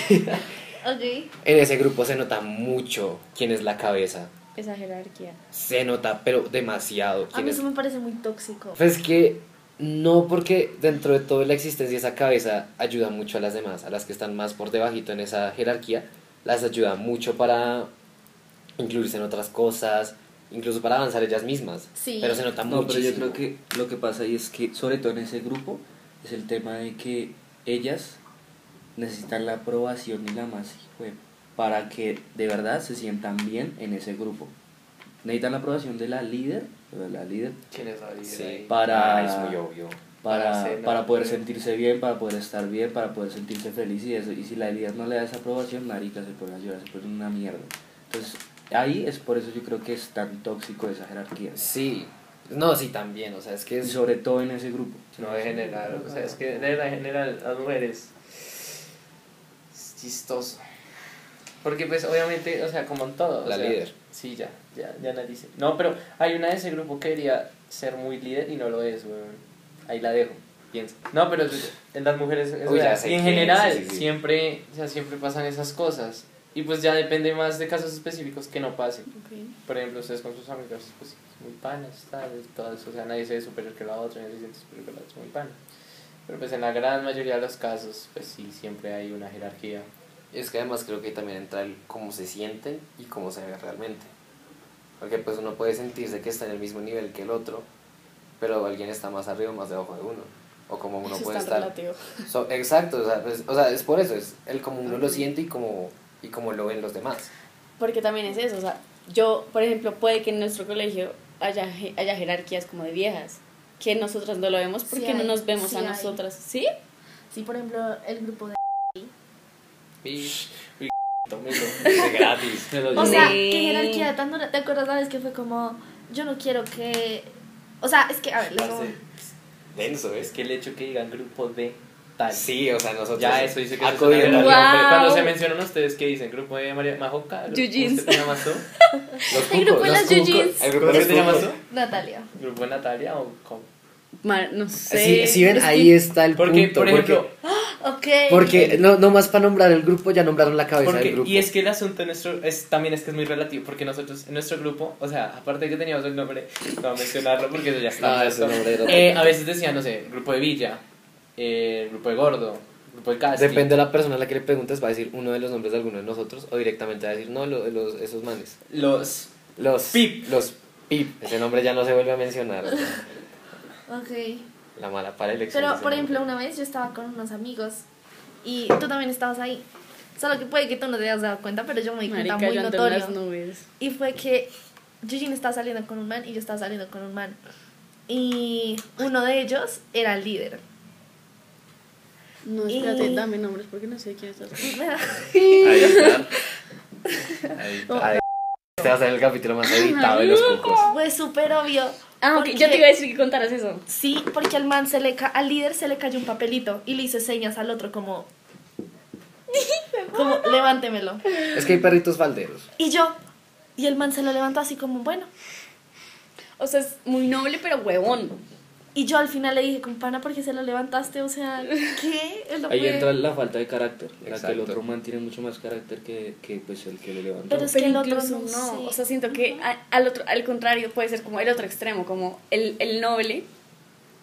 Speaker 2: ok.
Speaker 6: en ese grupo se nota mucho quién es la cabeza.
Speaker 4: Esa jerarquía.
Speaker 6: Se nota, pero demasiado.
Speaker 2: A
Speaker 6: Quién
Speaker 2: mí
Speaker 6: es...
Speaker 2: eso me parece muy tóxico.
Speaker 6: Pues que no, porque dentro de toda la existencia esa cabeza ayuda mucho a las demás, a las que están más por debajito en esa jerarquía, las ayuda mucho para incluirse en otras cosas, incluso para avanzar ellas mismas.
Speaker 2: Sí.
Speaker 6: Pero se nota
Speaker 8: No,
Speaker 6: mucho.
Speaker 8: pero yo creo que lo que pasa ahí es que, sobre todo en ese grupo, es el tema de que ellas necesitan la aprobación y la más hijo de- para que de verdad se sientan bien en ese grupo. Necesitan la aprobación de la líder, de la líder,
Speaker 5: ¿Quién es la líder
Speaker 6: Sí,
Speaker 5: ahí?
Speaker 6: para...
Speaker 8: Para-
Speaker 6: es muy obvio.
Speaker 8: para,
Speaker 5: Para ser,
Speaker 8: para
Speaker 5: ¿no?
Speaker 8: poder sentirse bien, para poder estar bien, para poder sentirse feliz y eso. Y si la líder no le da esa aprobación, marica, se pone a llorar, se pone una mierda. Entonces, ahí es por eso yo creo que es tan tóxico esa jerarquía.
Speaker 6: Sí. No, sí, también. O sea, es que
Speaker 8: Y
Speaker 6: es...
Speaker 8: sobre todo en ese grupo.
Speaker 5: No, en general, o sea, es que en general, en general, las mujeres es chistoso. Porque pues obviamente, o sea, como en todo. o
Speaker 6: La
Speaker 5: sea,
Speaker 6: líder.
Speaker 5: Sí, ya, ya, ya analice. No, pero hay una de ese grupo que quería ser muy líder y no lo es, weón. Ahí la dejo, piensa. No, pero pues, en las mujeres, es
Speaker 6: Uy, ya
Speaker 5: verdad.
Speaker 6: sé
Speaker 5: y en
Speaker 6: quién,
Speaker 5: general,
Speaker 6: sí, sí, sí.
Speaker 5: siempre, o sea, siempre pasan esas cosas. Y pues ya depende más de casos específicos que no pasen.
Speaker 4: Ok.
Speaker 5: Por ejemplo, ustedes con sus amigos, pues muy panas, tal, todo eso, o sea, nadie se ve superior que la otra, nadie se siente superior que la otra, muy pana. Pero pues en la gran mayoría de los casos, pues sí, siempre hay una jerarquía.
Speaker 6: Es que además creo que también entra el cómo se sienten y cómo se ve realmente. Porque pues uno puede sentirse que está en el mismo nivel que el otro, pero alguien está más arriba o más debajo de uno. O como uno
Speaker 4: Eso
Speaker 6: puede
Speaker 4: es tan
Speaker 6: estar...
Speaker 4: relativo.
Speaker 6: So- exacto, o sea, pues, o sea, es por eso, es el cómo uno lo siente y cómo, y cómo lo ven los demás.
Speaker 4: [LAUGHS] Porque también es eso, o sea, yo, por ejemplo, puede que en nuestro colegio haya, je- haya jerarquías como de viejas, que nosotras no lo vemos porque
Speaker 2: Sí
Speaker 4: no
Speaker 2: hay,
Speaker 4: nos vemos
Speaker 2: sí
Speaker 4: a
Speaker 2: hay.
Speaker 4: nosotras, ¿sí?
Speaker 2: Sí, por ejemplo, el grupo de...
Speaker 5: [LAUGHS]
Speaker 6: gratis.
Speaker 2: O sea,
Speaker 4: Sí.
Speaker 2: qué jerarquía tan dura. ¿Te acuerdas la vez que fue como... Yo no quiero que... O sea, es que, a ver, les digo-
Speaker 6: Denso,
Speaker 5: Es que el hecho que digan grupo de tal.
Speaker 6: Sí, o sea, nosotros...
Speaker 5: Ya eso dice que eso es una
Speaker 6: acudiendo-
Speaker 5: jerarquía.
Speaker 4: Guau.
Speaker 5: Pero Cuando se mencionan ustedes que dicen grupo de María Majoca, ¿cómo
Speaker 4: Yujins.
Speaker 5: se te llamas tú?
Speaker 6: Los
Speaker 4: El grupo de
Speaker 6: los
Speaker 4: las
Speaker 6: cucos,
Speaker 4: yuyis.
Speaker 6: el grupo
Speaker 5: ¿Cómo
Speaker 6: de
Speaker 5: se
Speaker 6: los
Speaker 5: te llamas
Speaker 6: cucos.
Speaker 5: tú?
Speaker 2: Natalia.
Speaker 5: ¿Grupo de Natalia o cómo?
Speaker 4: Ma- no sé.
Speaker 6: Sí, sí ven,
Speaker 4: es que- Eh,
Speaker 6: ahí está el
Speaker 5: Porque,
Speaker 6: punto.
Speaker 5: por ejemplo,
Speaker 2: Ok.
Speaker 6: Porque no, no más para nombrar el grupo, ya nombraron la cabeza
Speaker 5: Porque-
Speaker 6: del grupo.
Speaker 5: y es que el asunto nuestro es, también es que es muy relativo, porque nosotros, en nuestro grupo, o sea, aparte de que teníamos el nombre, no voy a mencionarlo porque eso ya está.
Speaker 6: Ah, ese
Speaker 5: puesto.
Speaker 6: nombre era-
Speaker 5: Eh, a veces decían, no sé, grupo de Villa, eh, grupo de Gordo, grupo de Casti.
Speaker 6: Depende de la persona a la que le preguntes, va a decir uno de los nombres de alguno de nosotros o directamente va a decir, no, lo- los, esos manes.
Speaker 5: Los.
Speaker 6: Los
Speaker 5: Pip.
Speaker 6: Los Pip. Ese nombre ya no se vuelve a mencionar. o sea,
Speaker 2: Ok.
Speaker 6: la mala para elección.
Speaker 2: Pero,
Speaker 6: ese
Speaker 2: por
Speaker 6: nombre.
Speaker 2: ejemplo, una vez yo estaba con unos amigos y tú también estabas ahí. Solo que puede que tú no te hayas dado cuenta, pero yo me di cuenta
Speaker 4: Marica,
Speaker 2: muy
Speaker 4: yo ando en las
Speaker 2: notorio.
Speaker 4: nubes.
Speaker 2: Y fue que Eugene estaba saliendo con un man y yo estaba saliendo con un man. Y uno de ellos era el líder. [LAUGHS]
Speaker 4: No,
Speaker 2: espérate,
Speaker 4: espérate,
Speaker 2: Y- dame
Speaker 4: dame nombres porque no sé quién estás.
Speaker 6: Ahí está. Ahí está. Ahí- Este va a ser el capítulo más editado de los cucos.
Speaker 2: Fue súper obvio.
Speaker 4: Ah, ok,
Speaker 2: porque-
Speaker 4: yo te iba a decir que contaras eso.
Speaker 2: Sí, porque al man se le ca- al líder se le cayó un papelito y le hizo señas al otro
Speaker 4: [LAUGHS]
Speaker 2: como... como, levántemelo.
Speaker 6: Es que hay perritos falderos.
Speaker 2: Y yo... Y el man se lo levantó así como, bueno,
Speaker 4: O sea, es muy noble, pero huevón.
Speaker 2: Y yo al final le dije, compana, ¿por qué se lo levantaste? O [LAUGHS] sea, ¿qué? Él no
Speaker 7: Ahí
Speaker 2: puede.
Speaker 7: entra la falta de carácter. La que el
Speaker 5: Exacto.
Speaker 7: otro man tiene mucho más carácter que, que pues, el que le levantó.
Speaker 2: Pero es
Speaker 4: Pero
Speaker 2: que el otro
Speaker 4: incluso
Speaker 2: no,
Speaker 4: no,
Speaker 2: sé.
Speaker 4: o sea, siento que a- al, otro, al contrario puede ser como el otro extremo, como el, el noble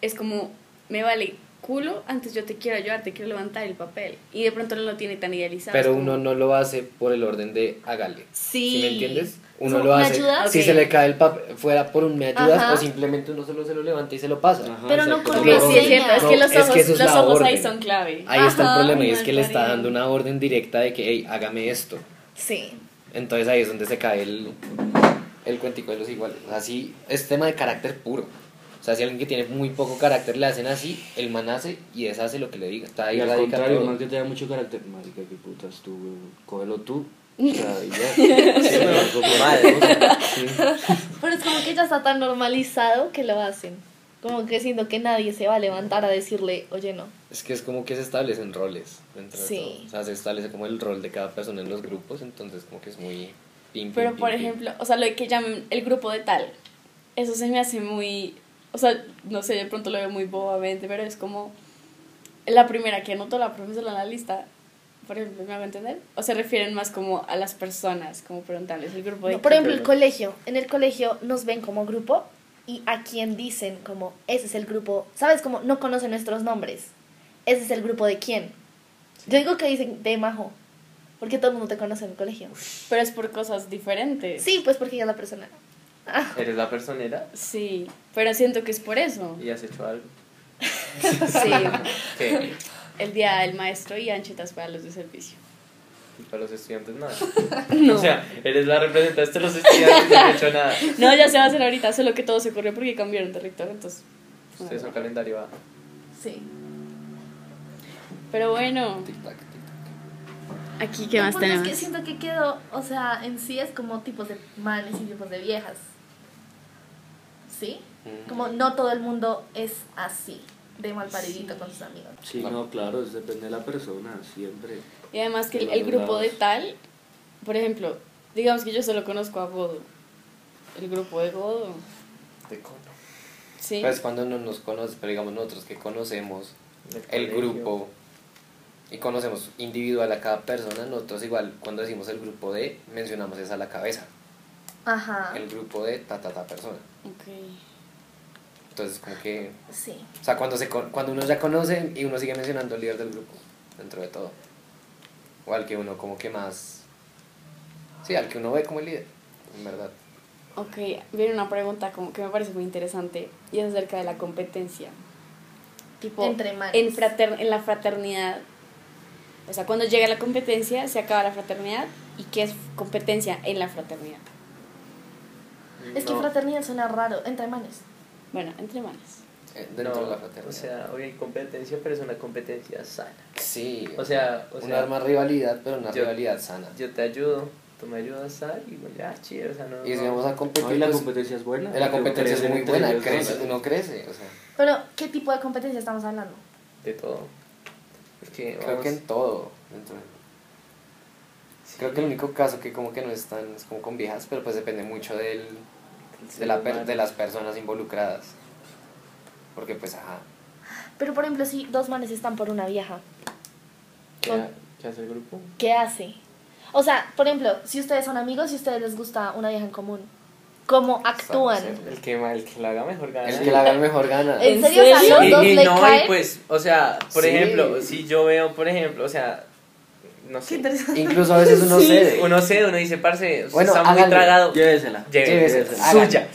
Speaker 4: es como, me vale culo, antes yo te quiero ayudar, te quiero levantar el papel. Y de pronto no lo tiene tan idealizado. es
Speaker 6: Pero
Speaker 4: como-
Speaker 6: uno no lo hace por el orden de hágale.
Speaker 4: Sí.
Speaker 6: me entiendes?
Speaker 2: Como,
Speaker 6: Uno lo
Speaker 2: ¿me
Speaker 6: hace.
Speaker 2: ayudas?
Speaker 6: Si
Speaker 4: Ok.
Speaker 6: se le cae el papel fuera por un me ayudas
Speaker 2: Ajá.
Speaker 6: o simplemente uno solo se lo levanta y se lo pasa.
Speaker 7: Ajá,
Speaker 2: Pero no
Speaker 7: exacto.
Speaker 2: con
Speaker 4: Ok,
Speaker 2: una
Speaker 4: sí, es cierto, es
Speaker 2: No,
Speaker 4: que los
Speaker 6: es
Speaker 4: ojos,
Speaker 6: que eso es
Speaker 4: los
Speaker 6: la
Speaker 4: ojos ahí
Speaker 6: orden.
Speaker 4: son clave.
Speaker 6: Ahí
Speaker 2: Ajá,
Speaker 6: está el problema y es
Speaker 4: mal
Speaker 6: que le está
Speaker 4: parido.
Speaker 6: dando una orden directa de que, hey, hágame esto.
Speaker 2: Sí.
Speaker 6: Entonces ahí es donde se cae el, el cuentico de los iguales. O sea, sí, es tema de carácter puro. O sea, si alguien que tiene muy poco carácter le hacen así, el man hace y deshace lo que le diga. Está ahí
Speaker 7: Y al
Speaker 6: radica
Speaker 7: contrario,
Speaker 6: todo.
Speaker 7: man que te da mucho carácter. Marica, qué putas tú, weón. Cógelo
Speaker 2: [LAUGHS]
Speaker 7: tú. O sea, y ya. Sí, weón, como madre, o sea, sí.
Speaker 2: Pero es como que ya está tan normalizado que lo hacen. Como que siento que nadie se va a levantar a decirle, oye, no.
Speaker 6: Es que es como que se establecen roles. dentro de
Speaker 2: Sí.
Speaker 6: todo. O sea, se establece como el rol de cada persona en los grupos, entonces como que es muy... pim, pim,
Speaker 4: Pero
Speaker 6: pim,
Speaker 4: por
Speaker 6: pim.
Speaker 4: ejemplo, o sea, lo de que llamen el grupo de tal, eso se me hace muy, o sea, no sé, de pronto lo veo muy bobamente, pero es como la primera que anotó la profesora en la lista, por ejemplo, ¿me hago entender? O se refieren más como a las personas, como preguntarles el grupo
Speaker 2: por
Speaker 4: de
Speaker 2: em-
Speaker 4: tal.
Speaker 2: ejemplo, el colegio. En el colegio nos ven como grupo y a quien dicen como, ese es el grupo, ¿sabes? Como no conocen nuestros nombres. Ese es el grupo de quién. Yo digo que dicen de Majo, porque todo el mundo te conoce en el colegio.
Speaker 4: pero es por cosas diferentes.
Speaker 2: Sí, pues porque ella es la persona. Ah,
Speaker 5: Eres la personera
Speaker 4: Sí, pero siento que es por eso.
Speaker 5: y has hecho algo.
Speaker 4: Sí,
Speaker 5: ¿Qué?
Speaker 4: [LAUGHS] el día del maestro y anchetas para los de servicio.
Speaker 5: Y Para los estudiantes nada. O sea, eres la representante de los estudiantes y no has hecho nada.
Speaker 4: No, ya se va a hacer ahorita, solo que todo se corrió porque cambiaron de rector, entonces.
Speaker 5: Ustedes son calendario A.
Speaker 2: sí.
Speaker 4: Pero bueno,
Speaker 6: Tic-tac, tic-tac.
Speaker 4: aquí qué
Speaker 2: El
Speaker 4: más
Speaker 2: punto
Speaker 4: tenemos.
Speaker 2: Es que siento que quedó, o sea, en sí es como tipos de manes y tipos de viejas. ¿Sí?
Speaker 6: Mm.
Speaker 2: Como no todo el mundo es así, de malparidito con sus amigos.
Speaker 7: Sí,
Speaker 6: Claro.
Speaker 7: no, claro, es depende de la persona, siempre.
Speaker 4: Y además que el,
Speaker 7: Los
Speaker 4: el grupo de
Speaker 7: lados.
Speaker 4: tal, por ejemplo, digamos que yo solo conozco a Godo. El grupo de Godo,
Speaker 6: Te cono.
Speaker 4: sí.
Speaker 6: Pues cuando no nos conoce, pero digamos nosotros que conocemos el
Speaker 5: colegio.
Speaker 6: grupo y conocemos individual a cada persona, nosotros igual cuando decimos el grupo de, mencionamos esa a la cabeza,
Speaker 2: Ajá.
Speaker 6: el grupo de ta ta ta persona.
Speaker 4: Ok.
Speaker 6: Entonces como que,
Speaker 2: Sí.
Speaker 6: o sea, cuando, se, con- cuando uno ya conoce y uno sigue mencionando al líder del grupo, dentro de todo. O al que uno como que más, sí, al que uno ve como el líder, en verdad.
Speaker 4: Ok, viene una pregunta como que me parece muy interesante y es acerca de la competencia. Tipo,
Speaker 2: Entre manes.
Speaker 4: en, frater- en la fraternidad. O sea, cuando llega la competencia, se acaba la fraternidad. ¿Y qué es competencia en la fraternidad?
Speaker 2: Es que
Speaker 5: No.
Speaker 2: fraternidad suena raro, entre manes.
Speaker 4: Bueno, entre manos.
Speaker 6: eh, Dentro
Speaker 5: No,
Speaker 6: de la fraternidad.
Speaker 5: O sea, hoy hay competencia, pero es una competencia sana.
Speaker 6: sí,
Speaker 5: O sea, o
Speaker 6: una
Speaker 5: sea
Speaker 6: arma rivalidad, pero una
Speaker 5: yo-
Speaker 6: rivalidad sana.
Speaker 5: yo te ayudo, tú me ayudas a y bueno, ya, chido, o sea, no.
Speaker 6: Y si
Speaker 5: no.
Speaker 6: vamos a competir,
Speaker 7: No, y la
Speaker 6: pues,
Speaker 7: competencia es buena.
Speaker 6: la competencia es
Speaker 7: Crecen
Speaker 6: muy
Speaker 7: entre
Speaker 6: buena,
Speaker 7: ellos,
Speaker 6: crece,
Speaker 7: ¿no?
Speaker 6: uno crece. O sea,
Speaker 2: Pero, ¿qué tipo de competencia estamos hablando?
Speaker 5: de todo. Porque
Speaker 6: creo
Speaker 5: vamos,
Speaker 6: que en todo. entonces. Creo que el único caso que como que no es tan, es como con viejas, pero pues depende mucho del, de, la per- de las personas involucradas. Porque pues, ajá,
Speaker 2: Pero, por ejemplo, si dos manes están por una vieja,
Speaker 5: ¿Qué,
Speaker 2: Oh.
Speaker 5: ha- qué hace el grupo?
Speaker 2: ¿qué hace? O sea, por ejemplo, si ustedes son amigos, si ustedes les gusta una vieja en común, ¿cómo actúan?
Speaker 6: Exacto,
Speaker 5: El que, ma- el que la haga mejor gana.
Speaker 6: el que la haga mejor gana.
Speaker 4: Eh,
Speaker 2: ¿En serio? O sea,
Speaker 4: ¿En
Speaker 2: los
Speaker 5: Y-
Speaker 2: dos
Speaker 5: y
Speaker 2: le
Speaker 5: no, y
Speaker 2: caen.
Speaker 5: pues, o sea, por
Speaker 6: Sí.
Speaker 5: ejemplo, si yo veo, por ejemplo, o sea, no sé.
Speaker 6: Incluso a veces uno cede.
Speaker 5: Uno cede, uno dice, parce, usted
Speaker 6: Bueno,
Speaker 5: está muy
Speaker 6: hágale.
Speaker 5: tragado.
Speaker 7: Llévesela.
Speaker 5: Llévese,
Speaker 6: Llévese, hágale.
Speaker 5: suya.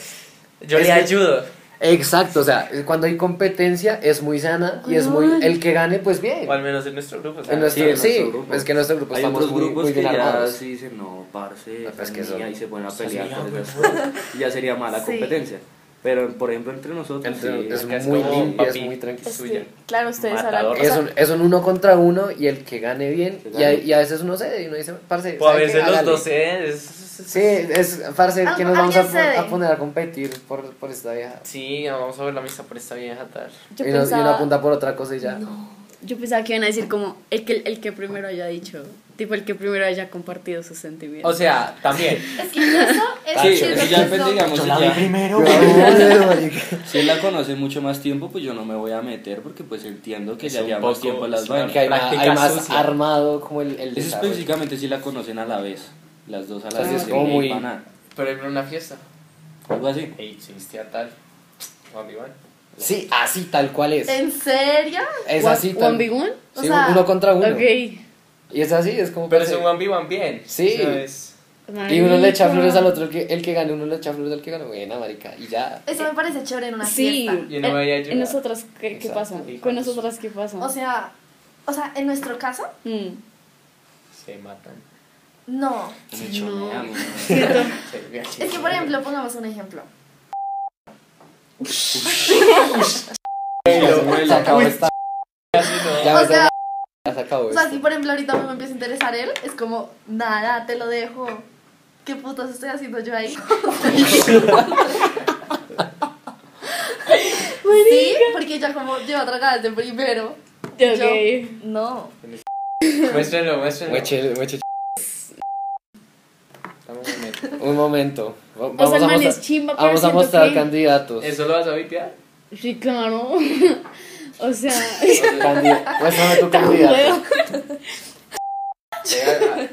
Speaker 5: Yo
Speaker 6: Es
Speaker 5: le
Speaker 6: que-
Speaker 5: ayudo.
Speaker 6: Exacto, o sea, cuando hay competencia es muy sana y es muy... El que gane, pues bien.
Speaker 5: O al menos en nuestro grupo. o sea,
Speaker 6: En nuestro,
Speaker 7: en
Speaker 6: sí,
Speaker 7: nuestro grupo.
Speaker 6: es que en nuestro grupo
Speaker 7: Hay
Speaker 6: Pues estamos
Speaker 7: otros
Speaker 6: muy,
Speaker 7: grupos
Speaker 6: muy
Speaker 7: que
Speaker 6: bien
Speaker 7: ya
Speaker 6: armados.
Speaker 7: sí dicen, no, parce,
Speaker 6: Ah, pues
Speaker 7: esa
Speaker 6: que
Speaker 7: niña",
Speaker 6: son-
Speaker 7: y se ponen a
Speaker 5: son
Speaker 7: pelear
Speaker 5: niñas,
Speaker 7: por
Speaker 6: pues.
Speaker 7: esas cosas. Y [LAUGHS] ya sería mala competencia. Pero, por ejemplo, entre nosotros,
Speaker 6: Entre-
Speaker 7: sí,
Speaker 6: es
Speaker 7: acá
Speaker 6: muy
Speaker 5: como,
Speaker 6: limpia, es
Speaker 5: papi,
Speaker 6: muy tranquila.
Speaker 5: es suya.
Speaker 4: Claro, ustedes hablan.
Speaker 5: Matador.
Speaker 4: o sea,
Speaker 6: Es un, es un uno contra uno y el que gane bien.
Speaker 7: Que
Speaker 6: Y, a,
Speaker 7: gane.
Speaker 6: y a veces uno cede y uno dice, parce,
Speaker 5: O a
Speaker 6: ¿sabe qué?
Speaker 5: veces los
Speaker 6: Hágale.
Speaker 5: dos ceden. es-
Speaker 6: Sí, es, parce,
Speaker 2: Al-
Speaker 6: que nos vamos a,
Speaker 2: alguien
Speaker 6: pon-
Speaker 2: cede.
Speaker 6: a poner a competir por, por esta vieja.
Speaker 5: Sí, vamos a ver la misa por esta vieja tal.
Speaker 4: yo
Speaker 6: y, nos- y uno
Speaker 4: pensaba-
Speaker 6: apunta por otra cosa y ya.
Speaker 4: Yo pensaba que iban a decir como el que, el que primero haya dicho, tipo el que primero haya compartido sus sentimientos.
Speaker 9: O sea, también.
Speaker 2: Es que eso
Speaker 6: Ah,
Speaker 2: es
Speaker 9: Sí,
Speaker 2: es lo
Speaker 9: sí,
Speaker 2: que
Speaker 9: ya
Speaker 6: pues
Speaker 2: es lo-
Speaker 9: digamos,
Speaker 8: Yo la vi
Speaker 9: ya-
Speaker 8: primero.
Speaker 5: [LAUGHS]
Speaker 9: Si él la conoce mucho más tiempo, pues yo no me voy a meter porque pues entiendo que
Speaker 5: Es
Speaker 9: ya
Speaker 5: un
Speaker 9: lleva más
Speaker 5: poco-
Speaker 9: tiempo las
Speaker 5: es
Speaker 9: vainas.
Speaker 6: Que hay, ma-
Speaker 5: Práctica
Speaker 6: hay más
Speaker 5: sucia.
Speaker 6: armado como el, el
Speaker 9: Es
Speaker 6: desarrollo.
Speaker 9: específicamente si la conocen a la vez, las dos a la
Speaker 6: sea,
Speaker 9: vez.
Speaker 6: es como
Speaker 9: y
Speaker 6: muy-
Speaker 9: van a-
Speaker 5: [LAUGHS] Pero era una fiesta.
Speaker 9: "Ah", Algo así.
Speaker 5: Ey, existía tal. Juan Iván.
Speaker 6: Sí, así tal cual es.
Speaker 2: ¿En serio?
Speaker 6: Es
Speaker 4: One-
Speaker 6: así tal.
Speaker 4: one v one?
Speaker 2: O
Speaker 6: Sí,
Speaker 2: sea,
Speaker 6: uno contra uno.
Speaker 4: Ok.
Speaker 6: Y es así, es como
Speaker 5: Pero es
Speaker 6: parce-
Speaker 5: un Juan Iván bien.
Speaker 6: Sí.
Speaker 5: No es-
Speaker 6: Y uno le echa
Speaker 4: Marica.
Speaker 6: flores al otro, el que, el que gane, uno le echa flores al que gane. Buena, marica. Y ya.
Speaker 2: Eso me parece chévere en una
Speaker 4: Sí.
Speaker 2: fiesta.
Speaker 5: Y no me había
Speaker 4: Eh,
Speaker 5: ayudado.
Speaker 4: ¿En nosotras qué, qué
Speaker 6: Exacto,
Speaker 4: pasa?
Speaker 5: hijos.
Speaker 4: ¿Con nosotras qué pasa?
Speaker 2: O sea, o sea, en nuestro caso,
Speaker 4: Mm.
Speaker 5: Se matan.
Speaker 2: no.
Speaker 9: Me chonean,
Speaker 4: [LAUGHS]
Speaker 9: ¿no?
Speaker 5: Se
Speaker 2: Es que, por ejemplo, pongamos un ejemplo.
Speaker 6: Se acabó esta. Ya
Speaker 2: O
Speaker 6: me
Speaker 2: sea,
Speaker 6: ya se acabó
Speaker 2: O sea,
Speaker 6: esto.
Speaker 2: si por ejemplo ahorita me empieza a interesar él, es como, nada, te lo dejo. ¿Qué putas estoy haciendo yo ahí? sí, porque ya como lleva atragada desde primero.
Speaker 4: Ya,
Speaker 2: Yo-
Speaker 4: ok.
Speaker 2: No.
Speaker 5: [LAUGHS] Muéstrenlo, muéstrenlo.
Speaker 6: Mueche- mueche-
Speaker 5: Dame un momento.
Speaker 6: Un momento. Va-
Speaker 4: O sea, el
Speaker 6: a
Speaker 4: man
Speaker 6: mostrar-
Speaker 4: es chimba, pero
Speaker 6: vamos a
Speaker 4: siento
Speaker 6: mostrar
Speaker 4: que-
Speaker 6: candidatos.
Speaker 5: ¿Eso lo vas a vipear?
Speaker 4: Sí, claro. [LAUGHS] o sea,
Speaker 6: Candi- Muéstrame tu candidato.
Speaker 4: huevo.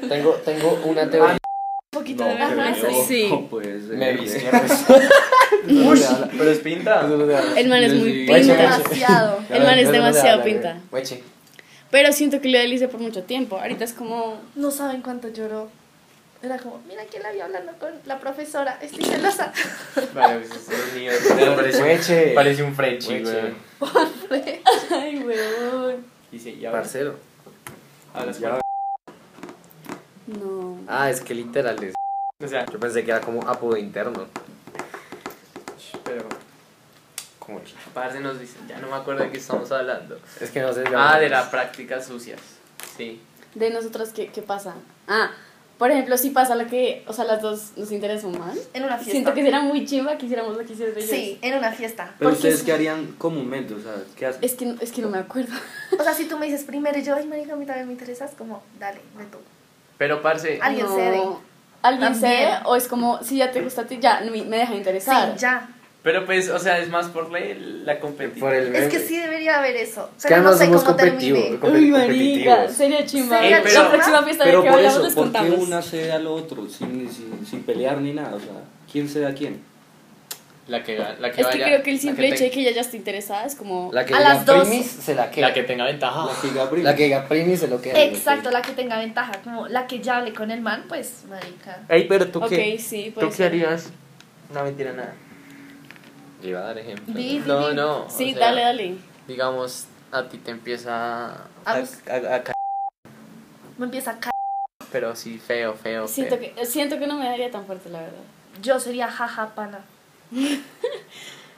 Speaker 6: Tengo, tengo
Speaker 4: [LAUGHS]
Speaker 6: una teoría.
Speaker 2: Un poquito de
Speaker 9: No,
Speaker 2: Ajá, sí.
Speaker 9: pero yo-
Speaker 4: sí.
Speaker 9: "Oh, no puede ser.
Speaker 6: Me viste.
Speaker 5: [LAUGHS] Pero es [LAUGHS] pinta.
Speaker 4: el man es
Speaker 9: Yo
Speaker 4: muy
Speaker 9: sí.
Speaker 6: Guache,
Speaker 4: pinta.
Speaker 6: guache.
Speaker 2: Demasiado.
Speaker 4: El man es
Speaker 6: Yo no le
Speaker 4: demasiado
Speaker 6: hablo,
Speaker 4: pinta.
Speaker 6: Guache.
Speaker 4: Pero siento que lo deslice por mucho tiempo. Ahorita es como.
Speaker 2: No saben cuánto lloró. Era como, mira quién la vi hablando con la profesora, estoy celosa. [LAUGHS]
Speaker 5: Vale, pues es los míos. Pero [LAUGHS] Parece,
Speaker 6: Guache.
Speaker 5: parece un Frenchie,
Speaker 6: Guache.
Speaker 5: güey.
Speaker 2: [LAUGHS]
Speaker 4: Ay, weón.
Speaker 5: Dice, ya vas.
Speaker 6: Parcero.
Speaker 5: Hablas
Speaker 6: Ya.
Speaker 4: No.
Speaker 6: Ah, es que literal es.
Speaker 5: O sea,
Speaker 6: Yo pensé que era como apodo interno.
Speaker 5: pero.
Speaker 6: Como-
Speaker 5: Parce nos dicen, ya no me acuerdo de qué estamos hablando.
Speaker 6: Es que no sé.
Speaker 5: Ah, de las prácticas sucias. Sí.
Speaker 4: De nosotras, ¿qué, qué pasa? Ah, por ejemplo, si pasa lo que. O sea, las dos nos interesó mal.
Speaker 2: En una fiesta.
Speaker 4: Siento que será muy chimba que hiciéramos lo que hicieron ellos.
Speaker 2: Sí, en una fiesta.
Speaker 9: Pero
Speaker 4: Porque
Speaker 9: ustedes,
Speaker 4: es-
Speaker 9: ¿qué harían comúnmente? O sea, ¿qué hacen?
Speaker 4: Es que, no- es que no me acuerdo.
Speaker 2: O sea, si tú me dices primero y yo, ay, marica, a mí también me interesas, como, dale, de tú.
Speaker 5: Pero, parce,
Speaker 2: Alguien cede.
Speaker 4: ¿Alguien
Speaker 2: También.
Speaker 4: cede? O es como, si ya te gusta a ti, ya me, me deja
Speaker 2: Sí,
Speaker 4: interesar.
Speaker 2: ya.
Speaker 5: pero pues, o sea, es más por la, la competencia.
Speaker 6: Por el meme.
Speaker 2: Es que sí debería haber eso.
Speaker 6: Es que
Speaker 2: Pero no
Speaker 6: además
Speaker 2: sé
Speaker 6: somos
Speaker 2: cómo termine.
Speaker 6: competitivos.
Speaker 4: Uy,
Speaker 6: compet-
Speaker 4: marica,
Speaker 6: competitivos.
Speaker 4: sería chimba.
Speaker 2: Sería
Speaker 4: la
Speaker 5: chimba.
Speaker 4: próxima fiesta de
Speaker 9: Pero
Speaker 4: que
Speaker 9: por
Speaker 4: hablamos
Speaker 9: eso,
Speaker 4: les
Speaker 9: ¿por qué
Speaker 4: contamos.
Speaker 9: una cede al otro sin, sin, sin pelear ni nada? O sea, ¿quién cede a quién?
Speaker 5: La que, la que
Speaker 4: Es que
Speaker 5: vaya.
Speaker 4: creo que el
Speaker 5: la
Speaker 4: simple
Speaker 5: te-
Speaker 4: hecho de que ella ya esté interesada es como.
Speaker 6: La que
Speaker 2: A
Speaker 6: diga
Speaker 2: las dos.
Speaker 6: primis se la queda.
Speaker 5: La que tenga ventaja.
Speaker 9: La que diga primero.
Speaker 6: La que diga primis se lo queda.
Speaker 2: Exacto, la que tenga ventaja. Como la que ya hable con el man, pues, marica.
Speaker 5: Ey, pero tú
Speaker 4: ok, sí, puede ser.
Speaker 5: harías? No, mentira, nada.
Speaker 6: Yo iba a
Speaker 5: eh.
Speaker 6: dar ejemplo.
Speaker 2: Di, di,
Speaker 5: No,
Speaker 2: di.
Speaker 5: no. o
Speaker 4: Sí,
Speaker 5: sea,
Speaker 4: dale, dale.
Speaker 5: Digamos, a ti te empieza a,
Speaker 2: A mí-
Speaker 5: a- a ca-
Speaker 2: Me empieza a caer.
Speaker 5: pero sí, feo, feo.
Speaker 4: Siento,
Speaker 5: feo.
Speaker 4: que, siento que no me daría tan fuerte, la verdad.
Speaker 2: Yo sería jaja pana. [LAUGHS]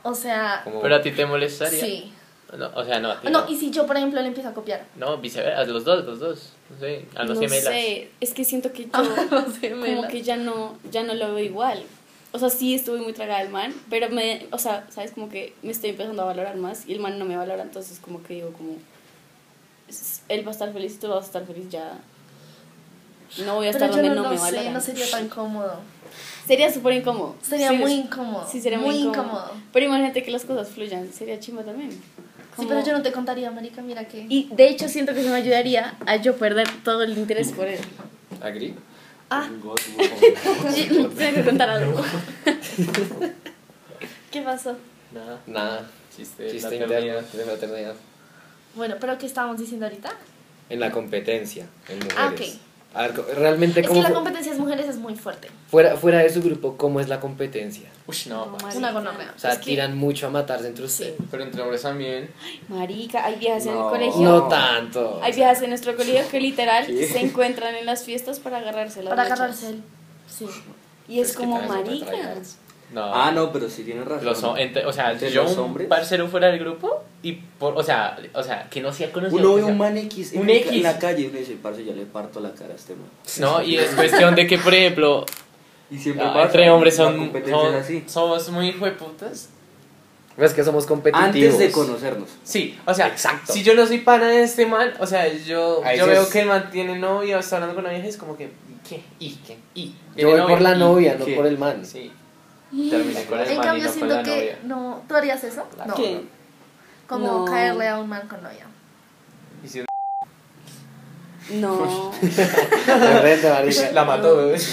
Speaker 2: o sea,
Speaker 6: Como-
Speaker 5: Pero a ti te molestaría.
Speaker 2: sí.
Speaker 5: No, o sea, no, a ti.
Speaker 2: No,
Speaker 5: No,
Speaker 2: y si yo, por ejemplo, le empiezo a copiar.
Speaker 5: No, viceversa, los dos, los dos. No sé, a los
Speaker 4: no
Speaker 5: gemelas.
Speaker 4: sé, es que siento [LAUGHS] que yo
Speaker 2: No sé,
Speaker 4: como que ya no, ya no lo veo igual. O sea, sí estuve muy tragada del man, pero me, o sea, sabes, como que me estoy empezando a valorar más y el man no me valora, entonces como que digo como, "S- él va a estar feliz y tú vas a estar feliz, ya no voy a
Speaker 2: Pero
Speaker 4: estar
Speaker 2: yo
Speaker 4: donde
Speaker 2: no,
Speaker 4: no,
Speaker 2: lo
Speaker 4: me
Speaker 2: sé,
Speaker 4: valoran.
Speaker 2: no sería tan cómodo.
Speaker 4: Sería súper incómodo.
Speaker 2: Sería
Speaker 4: Sí,
Speaker 2: muy
Speaker 4: es-
Speaker 2: incómodo.
Speaker 4: Sí, sería muy, incómodo. Pero imagínate que las cosas fluyan, sería chimba también.
Speaker 2: Sí,
Speaker 4: Como-
Speaker 2: pero yo no te contaría, marica, mira que...
Speaker 4: Y de hecho siento que eso me ayudaría a yo perder todo el interés por él.
Speaker 6: ¿Agri?
Speaker 2: Ah,
Speaker 9: God, por favor.
Speaker 4: [LAUGHS] Tengo que contar algo.
Speaker 2: ¿qué pasó?
Speaker 5: Nada,
Speaker 6: Nada.
Speaker 5: chiste,
Speaker 6: Chiste
Speaker 5: la
Speaker 6: interno
Speaker 5: pérdida.
Speaker 6: de fraternidad.
Speaker 2: Bueno, pero ¿qué estábamos diciendo ahorita?
Speaker 6: En la competencia, en mujeres.
Speaker 2: Ah,
Speaker 6: A ver, co- realmente,
Speaker 2: Es que
Speaker 6: como
Speaker 2: la competencia de mujeres es muy fuerte.
Speaker 6: fuera, fuera de su grupo, ¿cómo es la competencia?
Speaker 5: Uy, no, parce.
Speaker 2: Una gonorrea.
Speaker 6: O sea,
Speaker 4: Es que-
Speaker 6: tiran mucho a matarse entre ustedes.
Speaker 5: Pero entre hombres también.
Speaker 4: Marica, hay viejas en el
Speaker 9: No.
Speaker 4: colegio.
Speaker 6: No tanto.
Speaker 4: Hay viejas en nuestro colegio que literal se encuentran en las fiestas para agarrarse las
Speaker 2: Para
Speaker 4: mechas.
Speaker 2: agarrarse él. Sí.
Speaker 4: Y es
Speaker 6: Pues, ¿qué
Speaker 4: como
Speaker 6: tal? Eso puede
Speaker 4: marica.
Speaker 6: traigarse.
Speaker 5: No.
Speaker 9: Ah, no, pero sí tienes razón.
Speaker 5: Los, hom- entre- o sea,
Speaker 9: ¿Entre
Speaker 5: si yo
Speaker 9: los
Speaker 5: un
Speaker 9: hombres?
Speaker 5: parcero fuera del grupo y por, o sea, o sea, que no sea conocido.
Speaker 9: Uno
Speaker 5: que
Speaker 9: ve
Speaker 5: sea-
Speaker 9: un man X en,
Speaker 5: Un
Speaker 9: la-
Speaker 5: X.
Speaker 9: en la calle y uno dice, parce, ya le parto la cara a este man.
Speaker 5: No, y es cuestión de que, por ejemplo,
Speaker 9: Y siempre
Speaker 5: ah,
Speaker 9: pasa,
Speaker 5: entre hombres
Speaker 9: la
Speaker 5: son,
Speaker 9: competencia
Speaker 5: son-
Speaker 9: es así.
Speaker 5: somos muy hijueputas
Speaker 6: No es que somos competitivos.
Speaker 9: Antes de conocernos.
Speaker 5: Sí, o sea,
Speaker 6: Exacto.
Speaker 5: si yo no soy pana de este man, o sea, yo,
Speaker 6: A
Speaker 5: yo
Speaker 6: veces-
Speaker 5: veo que el man tiene novia o está hablando con una vieja, es como que, ¿qué? ¿Y qué? ¿Y?
Speaker 6: Yo
Speaker 5: ¿Tiene
Speaker 6: voy por la
Speaker 5: ¿Y
Speaker 6: novia, no
Speaker 5: qué?
Speaker 6: por el man.
Speaker 5: Sí. Terminé con el
Speaker 2: En
Speaker 5: man y
Speaker 2: cambio,
Speaker 5: no con
Speaker 2: siento
Speaker 5: la
Speaker 2: que
Speaker 5: novia.
Speaker 2: no. ¿Tú harías eso? No.
Speaker 4: ¿Qué?
Speaker 2: Como
Speaker 4: No.
Speaker 2: caerle a un man con novia.
Speaker 5: Y si-
Speaker 4: No,
Speaker 6: De repente, marica,
Speaker 5: [LAUGHS] La mató, weón.
Speaker 2: pues,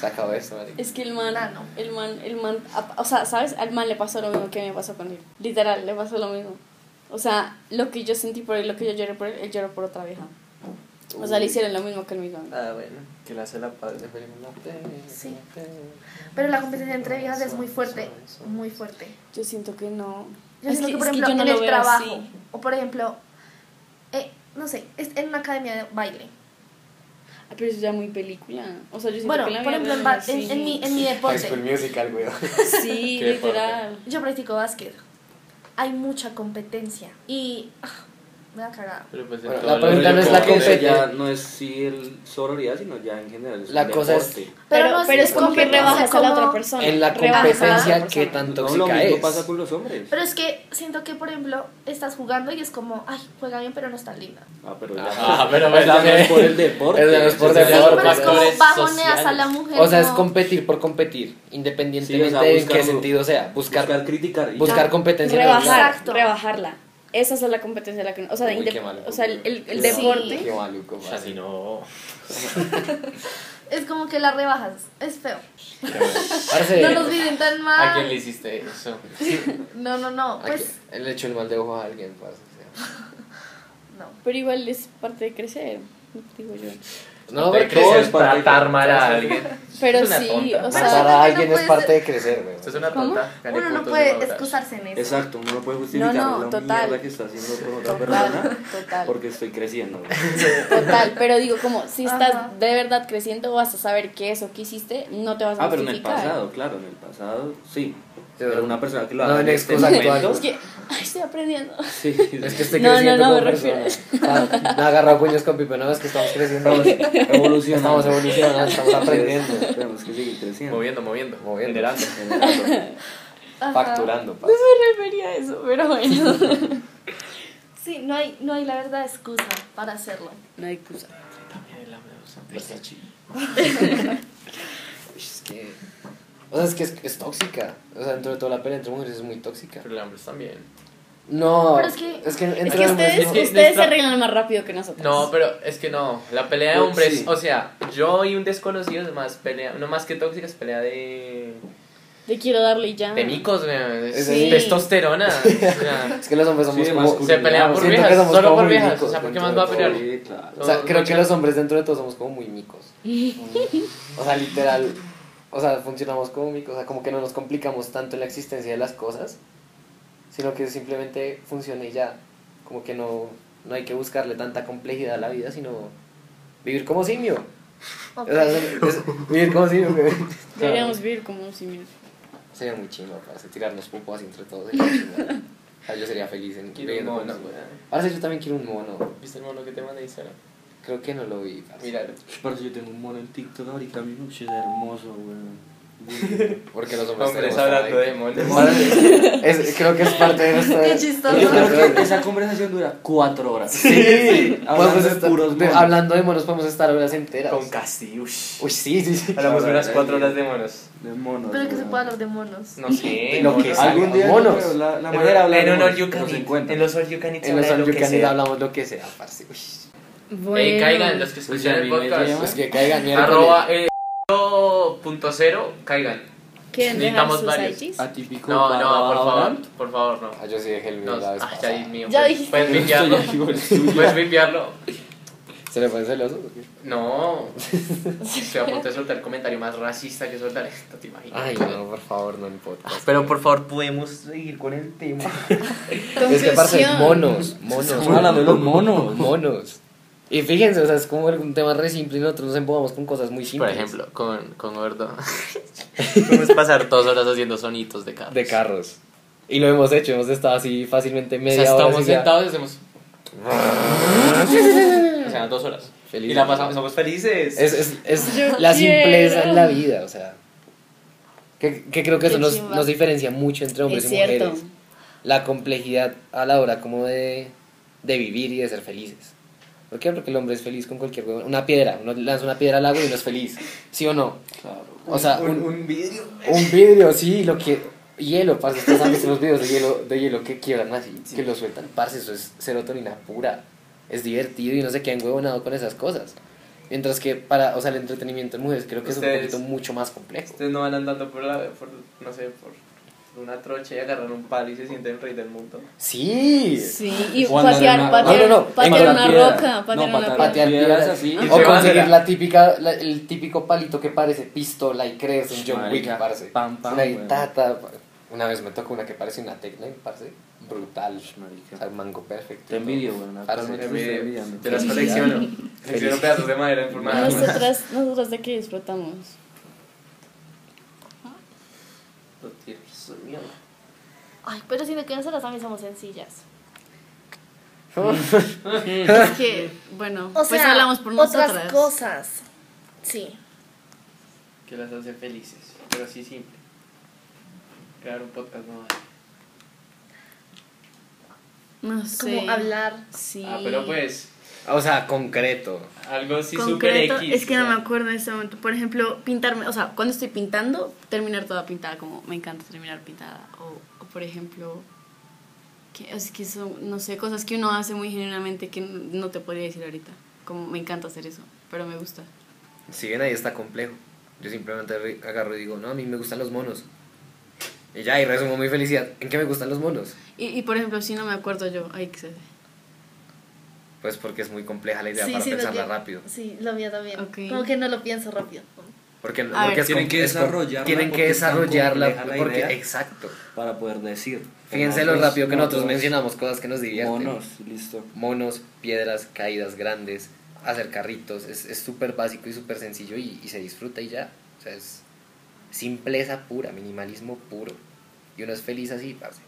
Speaker 6: Se acabó esto, marica.
Speaker 4: es que el man,
Speaker 2: Ah, no.
Speaker 4: el man, el man, a- o sea, ¿sabes? Al man le pasó lo mismo que me pasó con él. Literal, le pasó lo mismo. O sea, lo que yo sentí por él, lo que yo lloré por él, él lloró por otra vieja. O sea, le hicieron lo mismo que el mismo.
Speaker 5: Ah, bueno. Que la hace la padre.
Speaker 2: Sí. Pero la competencia entre viejas es muy fuerte. Muy fuerte.
Speaker 4: Yo siento que no.
Speaker 2: Yo
Speaker 4: Es
Speaker 2: siento que,
Speaker 4: que-
Speaker 2: por
Speaker 4: es que
Speaker 2: ejemplo,
Speaker 4: yo no
Speaker 2: en
Speaker 4: lo
Speaker 2: el
Speaker 4: veo
Speaker 2: trabajo,
Speaker 4: así.
Speaker 2: o por ejemplo, eh, no sé, es en una academia de baile.
Speaker 4: Ah, pero eso ya muy película. O sea, yo siento
Speaker 2: Bueno,
Speaker 4: que la
Speaker 2: por
Speaker 4: vida
Speaker 2: ejemplo, en,
Speaker 4: real
Speaker 2: ba- en-
Speaker 4: sí.
Speaker 2: en mi, en mi
Speaker 5: High School
Speaker 2: deporte,
Speaker 5: Musical, weón.
Speaker 4: [LAUGHS] Sí,
Speaker 5: Qué fuerte.
Speaker 4: literal.
Speaker 2: yo practico básquet. Hay mucha competencia y ah, me da cagada.
Speaker 5: Pero pues
Speaker 6: Bueno,
Speaker 5: todo
Speaker 6: la
Speaker 5: lo-
Speaker 6: pregunta no es la
Speaker 5: como que-
Speaker 6: competencia.
Speaker 9: Ya no es si el sororidad, sino ya en general. Es
Speaker 6: La
Speaker 9: un
Speaker 6: cosa es-
Speaker 9: deporte.
Speaker 2: Pero,
Speaker 4: Pero,
Speaker 2: no
Speaker 4: pero es como que
Speaker 2: competencia,
Speaker 4: rebajas a la
Speaker 2: como-
Speaker 4: otra persona.
Speaker 6: En la
Speaker 4: rebajas a
Speaker 6: competencia,
Speaker 4: otra
Speaker 6: ¿qué
Speaker 4: persona.
Speaker 6: tan
Speaker 9: No, lo
Speaker 6: tóxica
Speaker 9: mismo
Speaker 6: es?
Speaker 9: pasa con los hombres.
Speaker 2: Pero es que siento que, por ejemplo, estás jugando y es como, ay, juega bien, pero no es tan linda.
Speaker 9: Ah, pero ya.
Speaker 5: Ah,
Speaker 9: [LAUGHS]
Speaker 5: pero
Speaker 9: Pues
Speaker 5: pues
Speaker 9: ya no es
Speaker 5: también.
Speaker 9: por el deporte.
Speaker 6: Eso no [LAUGHS] es por
Speaker 9: Eso ya
Speaker 6: deporte.
Speaker 9: son
Speaker 6: Pero
Speaker 2: Pero es como
Speaker 9: factores
Speaker 2: bajoneas a
Speaker 9: sociales.
Speaker 2: la mujer.
Speaker 6: O sea, es
Speaker 2: no.
Speaker 6: competir por competir, independientemente
Speaker 9: Sí, o sea,
Speaker 6: de en
Speaker 9: buscar-
Speaker 6: qué sentido sea. Buscar,
Speaker 9: Buscar
Speaker 6: buscar,
Speaker 9: criticar. y ya.
Speaker 6: competencia. en algún
Speaker 4: Rebajar,
Speaker 6: lado.
Speaker 2: Exacto.
Speaker 4: rebajarla. Esa es la competencia a la que o sea,
Speaker 6: Uy,
Speaker 4: inde-
Speaker 6: qué maluco,
Speaker 4: o sea, el, el- el deporte,
Speaker 6: Qué maluco,
Speaker 5: O sea,
Speaker 6: madre.
Speaker 5: si no.
Speaker 2: Es como que la rebajas. Es feo.
Speaker 6: Parce,
Speaker 2: No nos viven tan
Speaker 5: ¿A quién
Speaker 2: mal.
Speaker 5: le hiciste eso?
Speaker 2: No, no, no.
Speaker 6: ¿a
Speaker 2: Pues,
Speaker 6: quién? le echó el mal de ojo a alguien, parce, o sea.
Speaker 2: no.
Speaker 4: pero igual es parte de crecer, digo yo.
Speaker 6: No,
Speaker 5: Te
Speaker 6: porque
Speaker 9: todo
Speaker 5: crees
Speaker 9: es para
Speaker 5: tratar mal a alguien.
Speaker 4: Pero
Speaker 5: Es una
Speaker 4: sí,
Speaker 5: tonta.
Speaker 4: o sea,
Speaker 2: Bueno,
Speaker 6: Matar
Speaker 2: es
Speaker 6: a
Speaker 2: que no
Speaker 6: alguien es
Speaker 2: puedes-
Speaker 6: parte de crecer, güey.
Speaker 5: Esto es una tonta. Gané
Speaker 2: Uno no
Speaker 5: puntos,
Speaker 2: puede
Speaker 5: me votaron.
Speaker 2: excusarse en eso.
Speaker 9: Exacto, uno no puede justificar
Speaker 4: No, no,
Speaker 9: la
Speaker 4: total.
Speaker 9: mierda que está haciendo con otra
Speaker 4: total,
Speaker 9: persona
Speaker 4: total,
Speaker 9: porque estoy
Speaker 4: [LAUGHS]
Speaker 9: creciendo. güey.
Speaker 4: total, pero digo como si estás
Speaker 2: Ajá.
Speaker 4: de verdad creciendo vas a saber qué es o qué hiciste, no te vas a
Speaker 9: Ah, pero en el
Speaker 4: justificar.
Speaker 9: pasado, claro, en el pasado, sí.
Speaker 6: Sí,
Speaker 9: Pero una persona que lo
Speaker 6: No,
Speaker 9: haga
Speaker 6: en
Speaker 9: en este
Speaker 6: excusa actual.
Speaker 9: momento,
Speaker 4: Es que ay, estoy aprendiendo. [LAUGHS]
Speaker 9: Sí,
Speaker 6: Es que estoy
Speaker 4: No, no,
Speaker 6: creciendo
Speaker 4: no,
Speaker 6: como
Speaker 4: me refiero-
Speaker 6: persona. Ah, Me ha agarrado puños con pipa, no, es que estamos creciendo.
Speaker 9: estamos evolucionando.
Speaker 6: Estamos evolucionando, estamos aprendiendo.
Speaker 9: Tenemos que seguir creciendo.
Speaker 5: Moviendo, moviendo.
Speaker 6: Moviendo.
Speaker 5: Generando.
Speaker 2: Ajá.
Speaker 6: Facturando, parce.
Speaker 4: Me refería a eso, pero bueno. [LAUGHS]
Speaker 2: Sí, no hay, no hay la verdad excusa para hacerlo.
Speaker 4: No hay excusa.
Speaker 6: Es que. O sea, es que es, es tóxica. O sea, dentro de toda la pelea entre mujeres es muy tóxica.
Speaker 5: Pero el hambre también.
Speaker 6: No.
Speaker 2: Pero es que-
Speaker 6: entre
Speaker 4: Es que ustedes,
Speaker 6: hombres no.
Speaker 5: que
Speaker 4: ustedes se
Speaker 5: nuestra-
Speaker 4: arreglan más rápido que nosotros.
Speaker 5: No, pero es que no. La pelea de
Speaker 9: Pues
Speaker 5: hombres,
Speaker 9: sí.
Speaker 5: o sea, yo y un desconocido es más pelea, no más que tóxica, es pelea de.
Speaker 4: Te quiero darle y ya.
Speaker 5: de micos, weón. Es
Speaker 6: Sí. [LAUGHS]
Speaker 5: testosterona. o sea,
Speaker 6: Es que los hombres somos
Speaker 9: Sí,
Speaker 6: como.
Speaker 5: se pelean por
Speaker 6: Siento que
Speaker 5: viejas,
Speaker 6: somos
Speaker 5: solo
Speaker 6: como
Speaker 5: por
Speaker 6: muy
Speaker 5: viejas. O
Speaker 6: micos
Speaker 5: sea, ¿por qué más
Speaker 6: dentro
Speaker 5: va a
Speaker 6: de
Speaker 5: pelear?
Speaker 9: Sí, claro.
Speaker 6: O sea,
Speaker 5: Somos
Speaker 6: creo
Speaker 5: muy
Speaker 6: que los hombres dentro de todo somos como muy micos. O sea, literal. O sea, funcionamos como micos. O sea, como que no nos complicamos tanto en la existencia de las cosas. Sino que simplemente funciona y ya. Como que no, no hay que buscarle tanta complejidad a la vida, sino vivir como simio. O sea, es- es- vivir como simio, güey.
Speaker 4: [LAUGHS] Deberíamos vivir como un simio.
Speaker 6: Sería muy chino, parce, tirarnos pupos así entre todos. sería chimba. O sea, yo sería feliz en
Speaker 5: Quiero un
Speaker 6: viviendo como
Speaker 5: mono,
Speaker 6: simio.
Speaker 5: weón.
Speaker 6: Ahora sí, yo también quiero un mono.
Speaker 5: ¿Viste el mono que te mandé, Sara?
Speaker 6: Creo que no lo vi. parce.
Speaker 5: Míralo.
Speaker 9: Parce, yo tengo un mono en TikTok ahorita mismo, que es hermoso, güey.
Speaker 6: Porque los hombres
Speaker 5: Hombres
Speaker 6: tenemos a
Speaker 5: hablando
Speaker 6: nadie.
Speaker 5: de monos.
Speaker 6: Vale, es- creo que es parte de nuestra.
Speaker 2: Qué chistoso.
Speaker 9: Yo creo que esa conversación dura cuatro horas.
Speaker 6: Sí,
Speaker 9: Hablando
Speaker 6: podemos
Speaker 9: de
Speaker 6: estar-
Speaker 9: puros
Speaker 6: de-
Speaker 9: monos.
Speaker 6: hablando de monos, podemos estar horas enteras. [LAUGHS]
Speaker 5: Con Casti, ush.
Speaker 6: Uy, sí, sí, sí.
Speaker 5: Hablamos de unas
Speaker 9: Ay,
Speaker 5: cuatro
Speaker 9: Dios.
Speaker 5: horas de monos.
Speaker 9: De monos.
Speaker 2: Pero que se
Speaker 9: güey.
Speaker 2: puede hablar de monos.
Speaker 5: No sé.
Speaker 6: Lo
Speaker 5: monos.
Speaker 6: que sea.
Speaker 9: Algún día
Speaker 6: Monos.
Speaker 9: yo creo, la, la
Speaker 5: En
Speaker 9: manera de
Speaker 5: un-
Speaker 9: hablar
Speaker 5: en
Speaker 9: de
Speaker 5: un
Speaker 9: monos,
Speaker 5: all you can
Speaker 9: los
Speaker 5: eat.
Speaker 9: encuentro.
Speaker 5: En los all you can eats
Speaker 6: En los
Speaker 5: habla de lo
Speaker 6: All You
Speaker 5: que
Speaker 6: Can Eat
Speaker 5: sea.
Speaker 6: hablamos lo que sea, parce. Uy,
Speaker 5: Eh, caigan los que escuchan el
Speaker 9: Uy, a mí me
Speaker 5: podcast.
Speaker 9: llama.
Speaker 6: pues que caigan miércoles.
Speaker 5: Arroba eh, punto cero, caigan.
Speaker 4: ¿Quieren dejar
Speaker 5: Necesitamos
Speaker 4: sus
Speaker 5: varios.
Speaker 4: IGs?
Speaker 9: Atípico.
Speaker 5: No, no, por
Speaker 9: barra
Speaker 5: favor,
Speaker 9: brand.
Speaker 5: por favor, no.
Speaker 6: Ah, yo sí dejé el mío
Speaker 5: No,
Speaker 6: la vez
Speaker 5: ay,
Speaker 6: pasada.
Speaker 5: ya, Dios mío.
Speaker 2: Ya
Speaker 5: Puedes-
Speaker 2: dijiste.
Speaker 5: Puedes limpiarlo.
Speaker 9: Estoy aquí con el tuyo.
Speaker 5: Puedes limpiarlo.
Speaker 6: ¿Se le fue celoso?
Speaker 5: No.
Speaker 6: [LAUGHS]
Speaker 5: Estoy a punto de soltar el comentario más racista que soltar [LAUGHS] esto, te imaginas.
Speaker 6: Ay, no, por favor, no en
Speaker 5: Ah,
Speaker 6: podcast.
Speaker 5: Pero por favor, podemos seguir con el tema.
Speaker 6: Es que, parce,
Speaker 4: Conclusión.
Speaker 6: monos, monos.
Speaker 9: Estamos hablando de los monos.
Speaker 6: Monos. Y fíjense, o sea, es como un tema re simple y nosotros nos empujamos con cosas muy
Speaker 5: Por
Speaker 6: simples.
Speaker 5: ejemplo, con, con [LAUGHS] Gordo. Podemos pasar dos horas haciendo sonitos de carros.
Speaker 6: De carros. Y lo hemos hecho, hemos estado así fácilmente
Speaker 5: O
Speaker 6: media
Speaker 5: sea,
Speaker 6: hora.
Speaker 5: estamos
Speaker 6: así ya.
Speaker 5: sentados y hacemos. o sea, dos horas.
Speaker 6: Feliz.
Speaker 5: Y la pasamos, somos felices.
Speaker 6: Es, es,
Speaker 4: [LAUGHS]
Speaker 6: es
Speaker 4: Yo
Speaker 6: la
Speaker 4: quiero.
Speaker 6: simpleza en la vida, o sea. Que, que creo que eso
Speaker 4: Qué
Speaker 6: nos,
Speaker 4: chimba.
Speaker 6: nos diferencia mucho entre hombres
Speaker 4: es
Speaker 6: y
Speaker 4: cierto.
Speaker 6: mujeres. la complejidad a la hora como de, de vivir y de ser felices. ¿Por qué? Porque el hombre es feliz con cualquier huevo. Una piedra, uno lanza una piedra al agua y uno es feliz. ¿Sí o no? O sea, un,
Speaker 9: vidrio.
Speaker 6: un vidrio, sí, lo que. Hielo, parce, ustedes han visto los videos de hielo, de hielo que quiebran así, que lo sueltan, parce, eso es serotonina pura. Es divertido y no se quedan huevonado con esas cosas. Mientras que para, o sea, el entretenimiento en mujeres creo que
Speaker 5: Ustedes-
Speaker 6: es un poquito mucho más complejo.
Speaker 5: Ustedes Este no van andando por la, por, no sé, por una trocha y agarran un palo y se sienten rey del mundo.
Speaker 6: Sí.
Speaker 4: Sí, y
Speaker 9: O andar en
Speaker 4: patear,
Speaker 9: una-
Speaker 4: patear,
Speaker 6: No, no, no,
Speaker 4: patear
Speaker 6: en
Speaker 4: una
Speaker 9: piedra.
Speaker 4: roca, patear una
Speaker 9: No, patear-
Speaker 4: piedra.
Speaker 6: Patear
Speaker 9: Piedras
Speaker 6: piedras
Speaker 9: así.
Speaker 5: Y se
Speaker 6: o
Speaker 5: van
Speaker 6: conseguir
Speaker 5: de
Speaker 6: la típica, la- el típico palito que parece pistola y creerse un John Wick,
Speaker 9: Marica,
Speaker 6: parce.
Speaker 9: pam, pam,
Speaker 6: Una ahí,
Speaker 9: weón.
Speaker 6: ta, ta, pa- Una vez me tocó una que parece una tecna y parce, brutal.
Speaker 9: marica.
Speaker 6: O sea, mango perfecto. [LAUGHS]
Speaker 9: Te envidio, güey. una
Speaker 6: Parce,
Speaker 9: cosa que
Speaker 5: Yo
Speaker 9: estoy
Speaker 5: me-
Speaker 9: envidiando.
Speaker 5: Eh, yo las [LAUGHS] colecciono. Colecciono pedazos de madera en forma de armas.
Speaker 4: Nosotras, nosotras de qué disfrutamos.
Speaker 2: Ay, pero si me quedan solas también somos sencillas.
Speaker 6: [LAUGHS]
Speaker 2: es que,
Speaker 4: Bueno,
Speaker 2: o
Speaker 4: pues
Speaker 2: sea,
Speaker 4: hablamos por
Speaker 2: otras
Speaker 4: nosotras.
Speaker 2: cosas. Sí.
Speaker 5: Que las hace felices, pero así simple. Crear un podcast no vale.
Speaker 4: No sé.
Speaker 2: Como hablar.
Speaker 4: Sí.
Speaker 5: Ah, pero pues,
Speaker 6: O sea, concreto.
Speaker 5: algo así super
Speaker 4: concreto,
Speaker 5: X.
Speaker 4: es que no
Speaker 5: ya.
Speaker 4: me acuerdo en este momento. Por ejemplo, pintarme, o sea, cuando estoy pintando, terminar toda pintada, como me encanta terminar pintada. O, o por ejemplo, que, es que son, no sé, cosas que uno hace muy genuinamente que no te podría decir ahorita. Como me encanta hacer eso, pero me gusta.
Speaker 6: Si bien ahí está complejo. Yo simplemente re- agarro y digo, no, a mí me gustan los monos. Y ya, y resumo mi felicidad. ¿En qué me gustan los monos?
Speaker 4: Y, y por ejemplo, si no me acuerdo yo, ay, que se
Speaker 6: Pues porque es muy compleja la idea
Speaker 2: sí,
Speaker 6: para
Speaker 2: sí, lo
Speaker 6: pensarla
Speaker 2: que-
Speaker 6: rápido.
Speaker 2: Sí, lo mío también.
Speaker 4: Ok.
Speaker 2: Como que no lo pienso rápido.
Speaker 6: Porque,
Speaker 4: A
Speaker 6: porque
Speaker 4: ver.
Speaker 6: es
Speaker 9: Tienen
Speaker 6: com-
Speaker 9: que
Speaker 6: es com-
Speaker 9: desarrollarla
Speaker 6: Tienen que
Speaker 9: porque es tan
Speaker 6: desarrollarla.
Speaker 9: compleja la
Speaker 6: Porque,
Speaker 9: idea.
Speaker 6: exacto.
Speaker 9: Para poder decir. Pues,
Speaker 6: Fíjense lo
Speaker 9: Monos,
Speaker 6: rápido que nosotros
Speaker 9: monos,
Speaker 6: mencionamos cosas que nos divierten.
Speaker 9: Monos, listo.
Speaker 6: Monos, piedras, caídas grandes, hacer carritos. Es es súper básico y súper sencillo y, y se disfruta y ya. O sea, es simpleza pura, minimalismo puro. Y uno es feliz así, parce.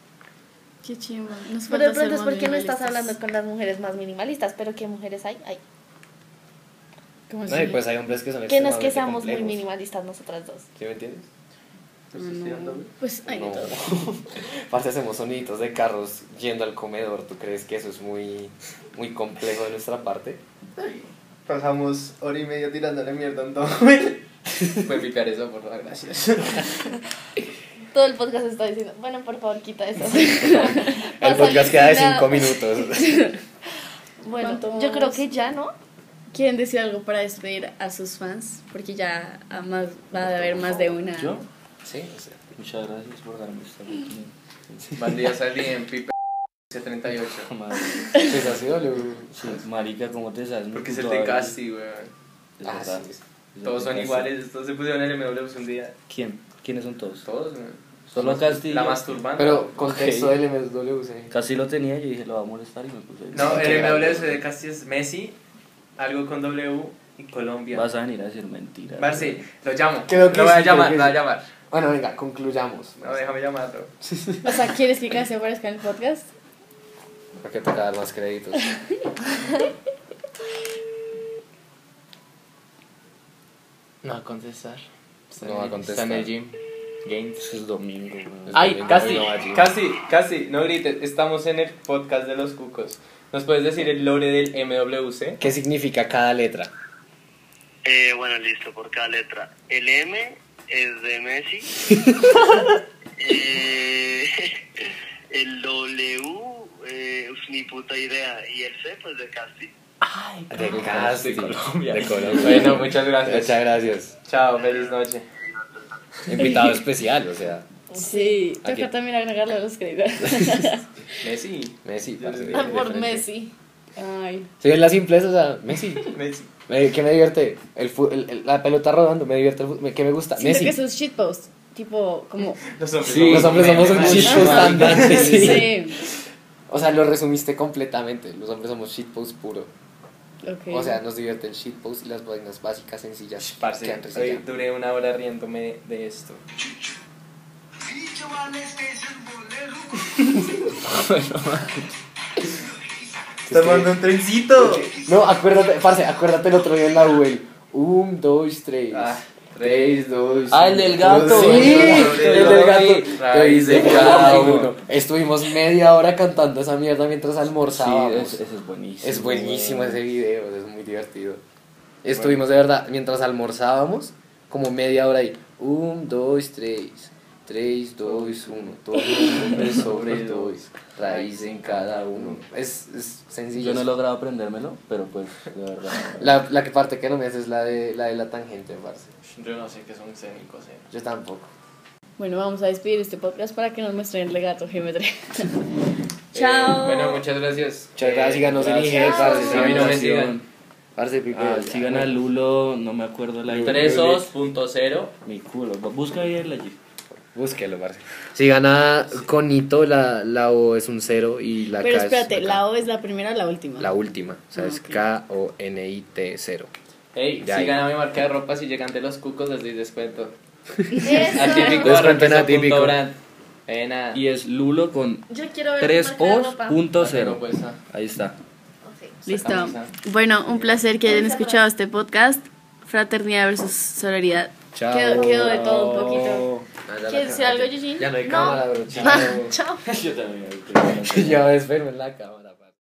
Speaker 4: Qué chimba. Nos
Speaker 2: Pero de
Speaker 4: falta ser
Speaker 2: pronto es
Speaker 4: más
Speaker 2: porque no estás
Speaker 4: minimalistas.
Speaker 2: hablando con las mujeres más minimalistas, pero ¿qué mujeres hay? Hay.
Speaker 4: Como
Speaker 6: No,
Speaker 4: si-
Speaker 6: y pues hay hombres que son
Speaker 2: Que no es que
Speaker 6: extremadamente
Speaker 2: seamos muy
Speaker 6: complejos.
Speaker 2: minimalistas nosotras dos.
Speaker 6: ¿Sí me entiendes?
Speaker 4: No, Pues hay de
Speaker 6: No.
Speaker 4: todo.
Speaker 6: [LAUGHS] Parce, hacemos soniditos de carros yendo al comedor. ¿Tú crees que eso es muy, muy complejo de nuestra parte?
Speaker 5: Pasamos hora y media tirándole mierda a un [LAUGHS] Pueden picar eso, por favor, gracias. [LAUGHS]
Speaker 2: Todo el podcast está diciendo, bueno, por favor, quita eso. [LAUGHS]
Speaker 6: El
Speaker 2: Pásale,
Speaker 6: podcast queda de
Speaker 2: sin nada. [LAUGHS]
Speaker 6: 5 minutos.
Speaker 2: Bueno,
Speaker 4: ¿Cuánto
Speaker 2: yo creo
Speaker 4: más?
Speaker 2: que ya, ¿no?
Speaker 4: ¿Quieren decir algo para despedir a sus fans? Porque ya a más, va a haber más de una.
Speaker 9: ¿Yo?
Speaker 6: Sí, o sea.
Speaker 9: Muchas gracias por darme esta oportunidad.
Speaker 5: Bandida salí en Pipe C38.
Speaker 9: Madre.
Speaker 6: Pues así, W.
Speaker 9: Sí, marica, ¿cómo te sabes? mi
Speaker 5: Porque es el
Speaker 9: puto
Speaker 5: de
Speaker 9: barrio?
Speaker 5: Casti, weón.
Speaker 9: Es
Speaker 6: Ah,
Speaker 9: verdad.
Speaker 6: sí.
Speaker 9: Es el
Speaker 5: Todos
Speaker 9: de
Speaker 5: son
Speaker 9: Casti.
Speaker 5: iguales, todos se pusieron LMWs un día.
Speaker 9: ¿Quién? ¿Quiénes son todos?
Speaker 5: Todos, weón.
Speaker 9: Solo Casti.
Speaker 5: La masturbante.
Speaker 6: Pero contexto
Speaker 9: Ok.
Speaker 6: del MSW, sí.
Speaker 9: Casi lo tenía, yo dije, lo va a molestar y me puse.
Speaker 5: No,
Speaker 6: Qué
Speaker 5: LMWs
Speaker 6: grande.
Speaker 5: de Casti es Messi, algo con W y Colombia.
Speaker 9: Vas a venir a decir mentiras.
Speaker 5: Marce, lo llamo.
Speaker 6: Creo que
Speaker 5: lo voy a
Speaker 6: sí,
Speaker 5: llamar,
Speaker 6: creo que
Speaker 5: lo voy a
Speaker 6: sí.
Speaker 5: llamar.
Speaker 6: Bueno, venga, concluyamos.
Speaker 5: No, déjame llamarlo.
Speaker 4: O sea, ¿quieres que Casi aparezca en el podcast?
Speaker 6: Porque toca dar más créditos.
Speaker 5: No va a contestar. Está
Speaker 6: No va a
Speaker 5: en-
Speaker 6: contestar.
Speaker 5: Está en el gym. Games.
Speaker 9: Eso es domingo, weón.
Speaker 5: Ay,
Speaker 6: domingo,
Speaker 5: casi,
Speaker 6: no va allí.
Speaker 5: casi, casi, no grites, estamos en el podcast de los cucos. ¿Nos puedes decir el lore del MWC?
Speaker 6: ¿Qué significa cada letra?
Speaker 10: Eh, bueno, listo, por cada letra. El M es de Messi. Eh, [LAUGHS] el W, eh, uf, ni puta idea. Y el C, pues de Casti.
Speaker 6: De casi.
Speaker 5: De Colombia.
Speaker 6: De Colombia.
Speaker 5: [LAUGHS] Bueno, muchas gracias.
Speaker 6: Muchas gracias.
Speaker 5: Chao, feliz noche.
Speaker 6: Invitado especial, o sea.
Speaker 4: Sí.
Speaker 6: ¿A quién?
Speaker 4: Toca también agregarle a los créditos.
Speaker 5: Messi.
Speaker 6: Messi, parce, de- de
Speaker 4: Por
Speaker 6: frente.
Speaker 4: Messi. Ay.
Speaker 6: Sí, es la simpleza, o sea, Messi.
Speaker 5: Messi.
Speaker 6: Me- ¿Qué me divierte? El, fu- el- el- la pelota rodando, me divierte el fu- me- ¿Qué me gusta?
Speaker 4: Siento
Speaker 6: Ah, Messi.
Speaker 4: que esos shitposts, tipo, como...
Speaker 5: Los hombres
Speaker 6: Sí, los hombres somos un
Speaker 5: memes.
Speaker 6: shitpost andante, Ah, sí.
Speaker 4: Sí.
Speaker 6: O sea, lo resumiste completamente. Los hombres somos shitpost puro.
Speaker 4: Ok.
Speaker 6: O sea, nos divierte el shitpost y las vainas básicas, sencillas. que
Speaker 5: Parce,
Speaker 6: antes
Speaker 5: hoy
Speaker 6: ya-
Speaker 5: duré una hora riéndome de esto. Tomando un trencito.
Speaker 6: No, acuérdate, parce, acuérdate el otro día en la UL. Un, dos, tres.
Speaker 5: Ah, 3, 2,
Speaker 6: Ah, el del gato.
Speaker 5: Sí,
Speaker 6: el del gato. Yo hice cada
Speaker 5: Rarísimo.
Speaker 6: uno. Estuvimos media hora cantando esa mierda mientras almorzábamos.
Speaker 7: es- ese es buenísimo.
Speaker 6: Es buenísimo
Speaker 7: weón.
Speaker 6: ese video, es muy divertido. Estuvimos de verdad, mientras almorzábamos, como media hora ahí. Un, dos, tres. Tres, dos, uno. Todo el mundo sobre dos. Raíz en cada uno. Es, es sencillo.
Speaker 9: Yo no he logrado aprendérmelo, pero pues, de verdad.
Speaker 6: La, la que parte que no me hace es la de la, de la tangente, parce.
Speaker 5: Yo no sé qué son eh. seno y coseno.
Speaker 6: Yo tampoco.
Speaker 4: Bueno, vamos a despedir este podcast para que nos muestren el legato GM3.
Speaker 5: Eh,
Speaker 4: Chao.
Speaker 5: bueno, muchas gracias. Eh,
Speaker 6: Muchas gracias, síganos en IG, parce.
Speaker 5: A mí no me
Speaker 6: síganos.
Speaker 5: sigan.
Speaker 6: Parce, pipe.
Speaker 7: Ah, sigan a Lulo, no me acuerdo la
Speaker 5: Tresos.0.
Speaker 7: Mi culo. Busca ahí el allí.
Speaker 6: Búsquelo, parce. Sigan a Conito, la, la O es un cero y la
Speaker 4: Pero
Speaker 6: K es
Speaker 4: espérate,
Speaker 6: acá.
Speaker 4: ¿la O Ah, es la primera o la última?
Speaker 6: La última, o sea, es K-O-N-I-T 0.
Speaker 5: Ey,
Speaker 6: Ya,
Speaker 5: sigan a mi marca de ropa si llegan de los cucos les doy descuento.
Speaker 2: Eso.
Speaker 6: Descuento en
Speaker 5: arroba,
Speaker 6: atípico.
Speaker 5: punto brand. Eh, nada.
Speaker 7: Y es Lulo con
Speaker 2: Yo quiero ver
Speaker 7: tres
Speaker 2: tu marca de
Speaker 7: O's
Speaker 2: ropa.
Speaker 7: punto
Speaker 5: Pero
Speaker 7: cero.
Speaker 5: pues, ah.
Speaker 7: Ahí está.
Speaker 4: Listo.
Speaker 5: camisa.
Speaker 4: Bueno, un placer que hayan escuchado este podcast. Fraternidad versus sororidad.
Speaker 6: Chao.
Speaker 4: Quedó, quedó de todo un poquito.
Speaker 6: Ah,
Speaker 4: ¿Quieres decir algo, Yujin? [LAUGHS]
Speaker 6: Ya no hay
Speaker 2: [LAUGHS]
Speaker 4: No.
Speaker 6: cámara, bro. Chao.
Speaker 4: Chao.
Speaker 6: ya me enfermo en la cámara.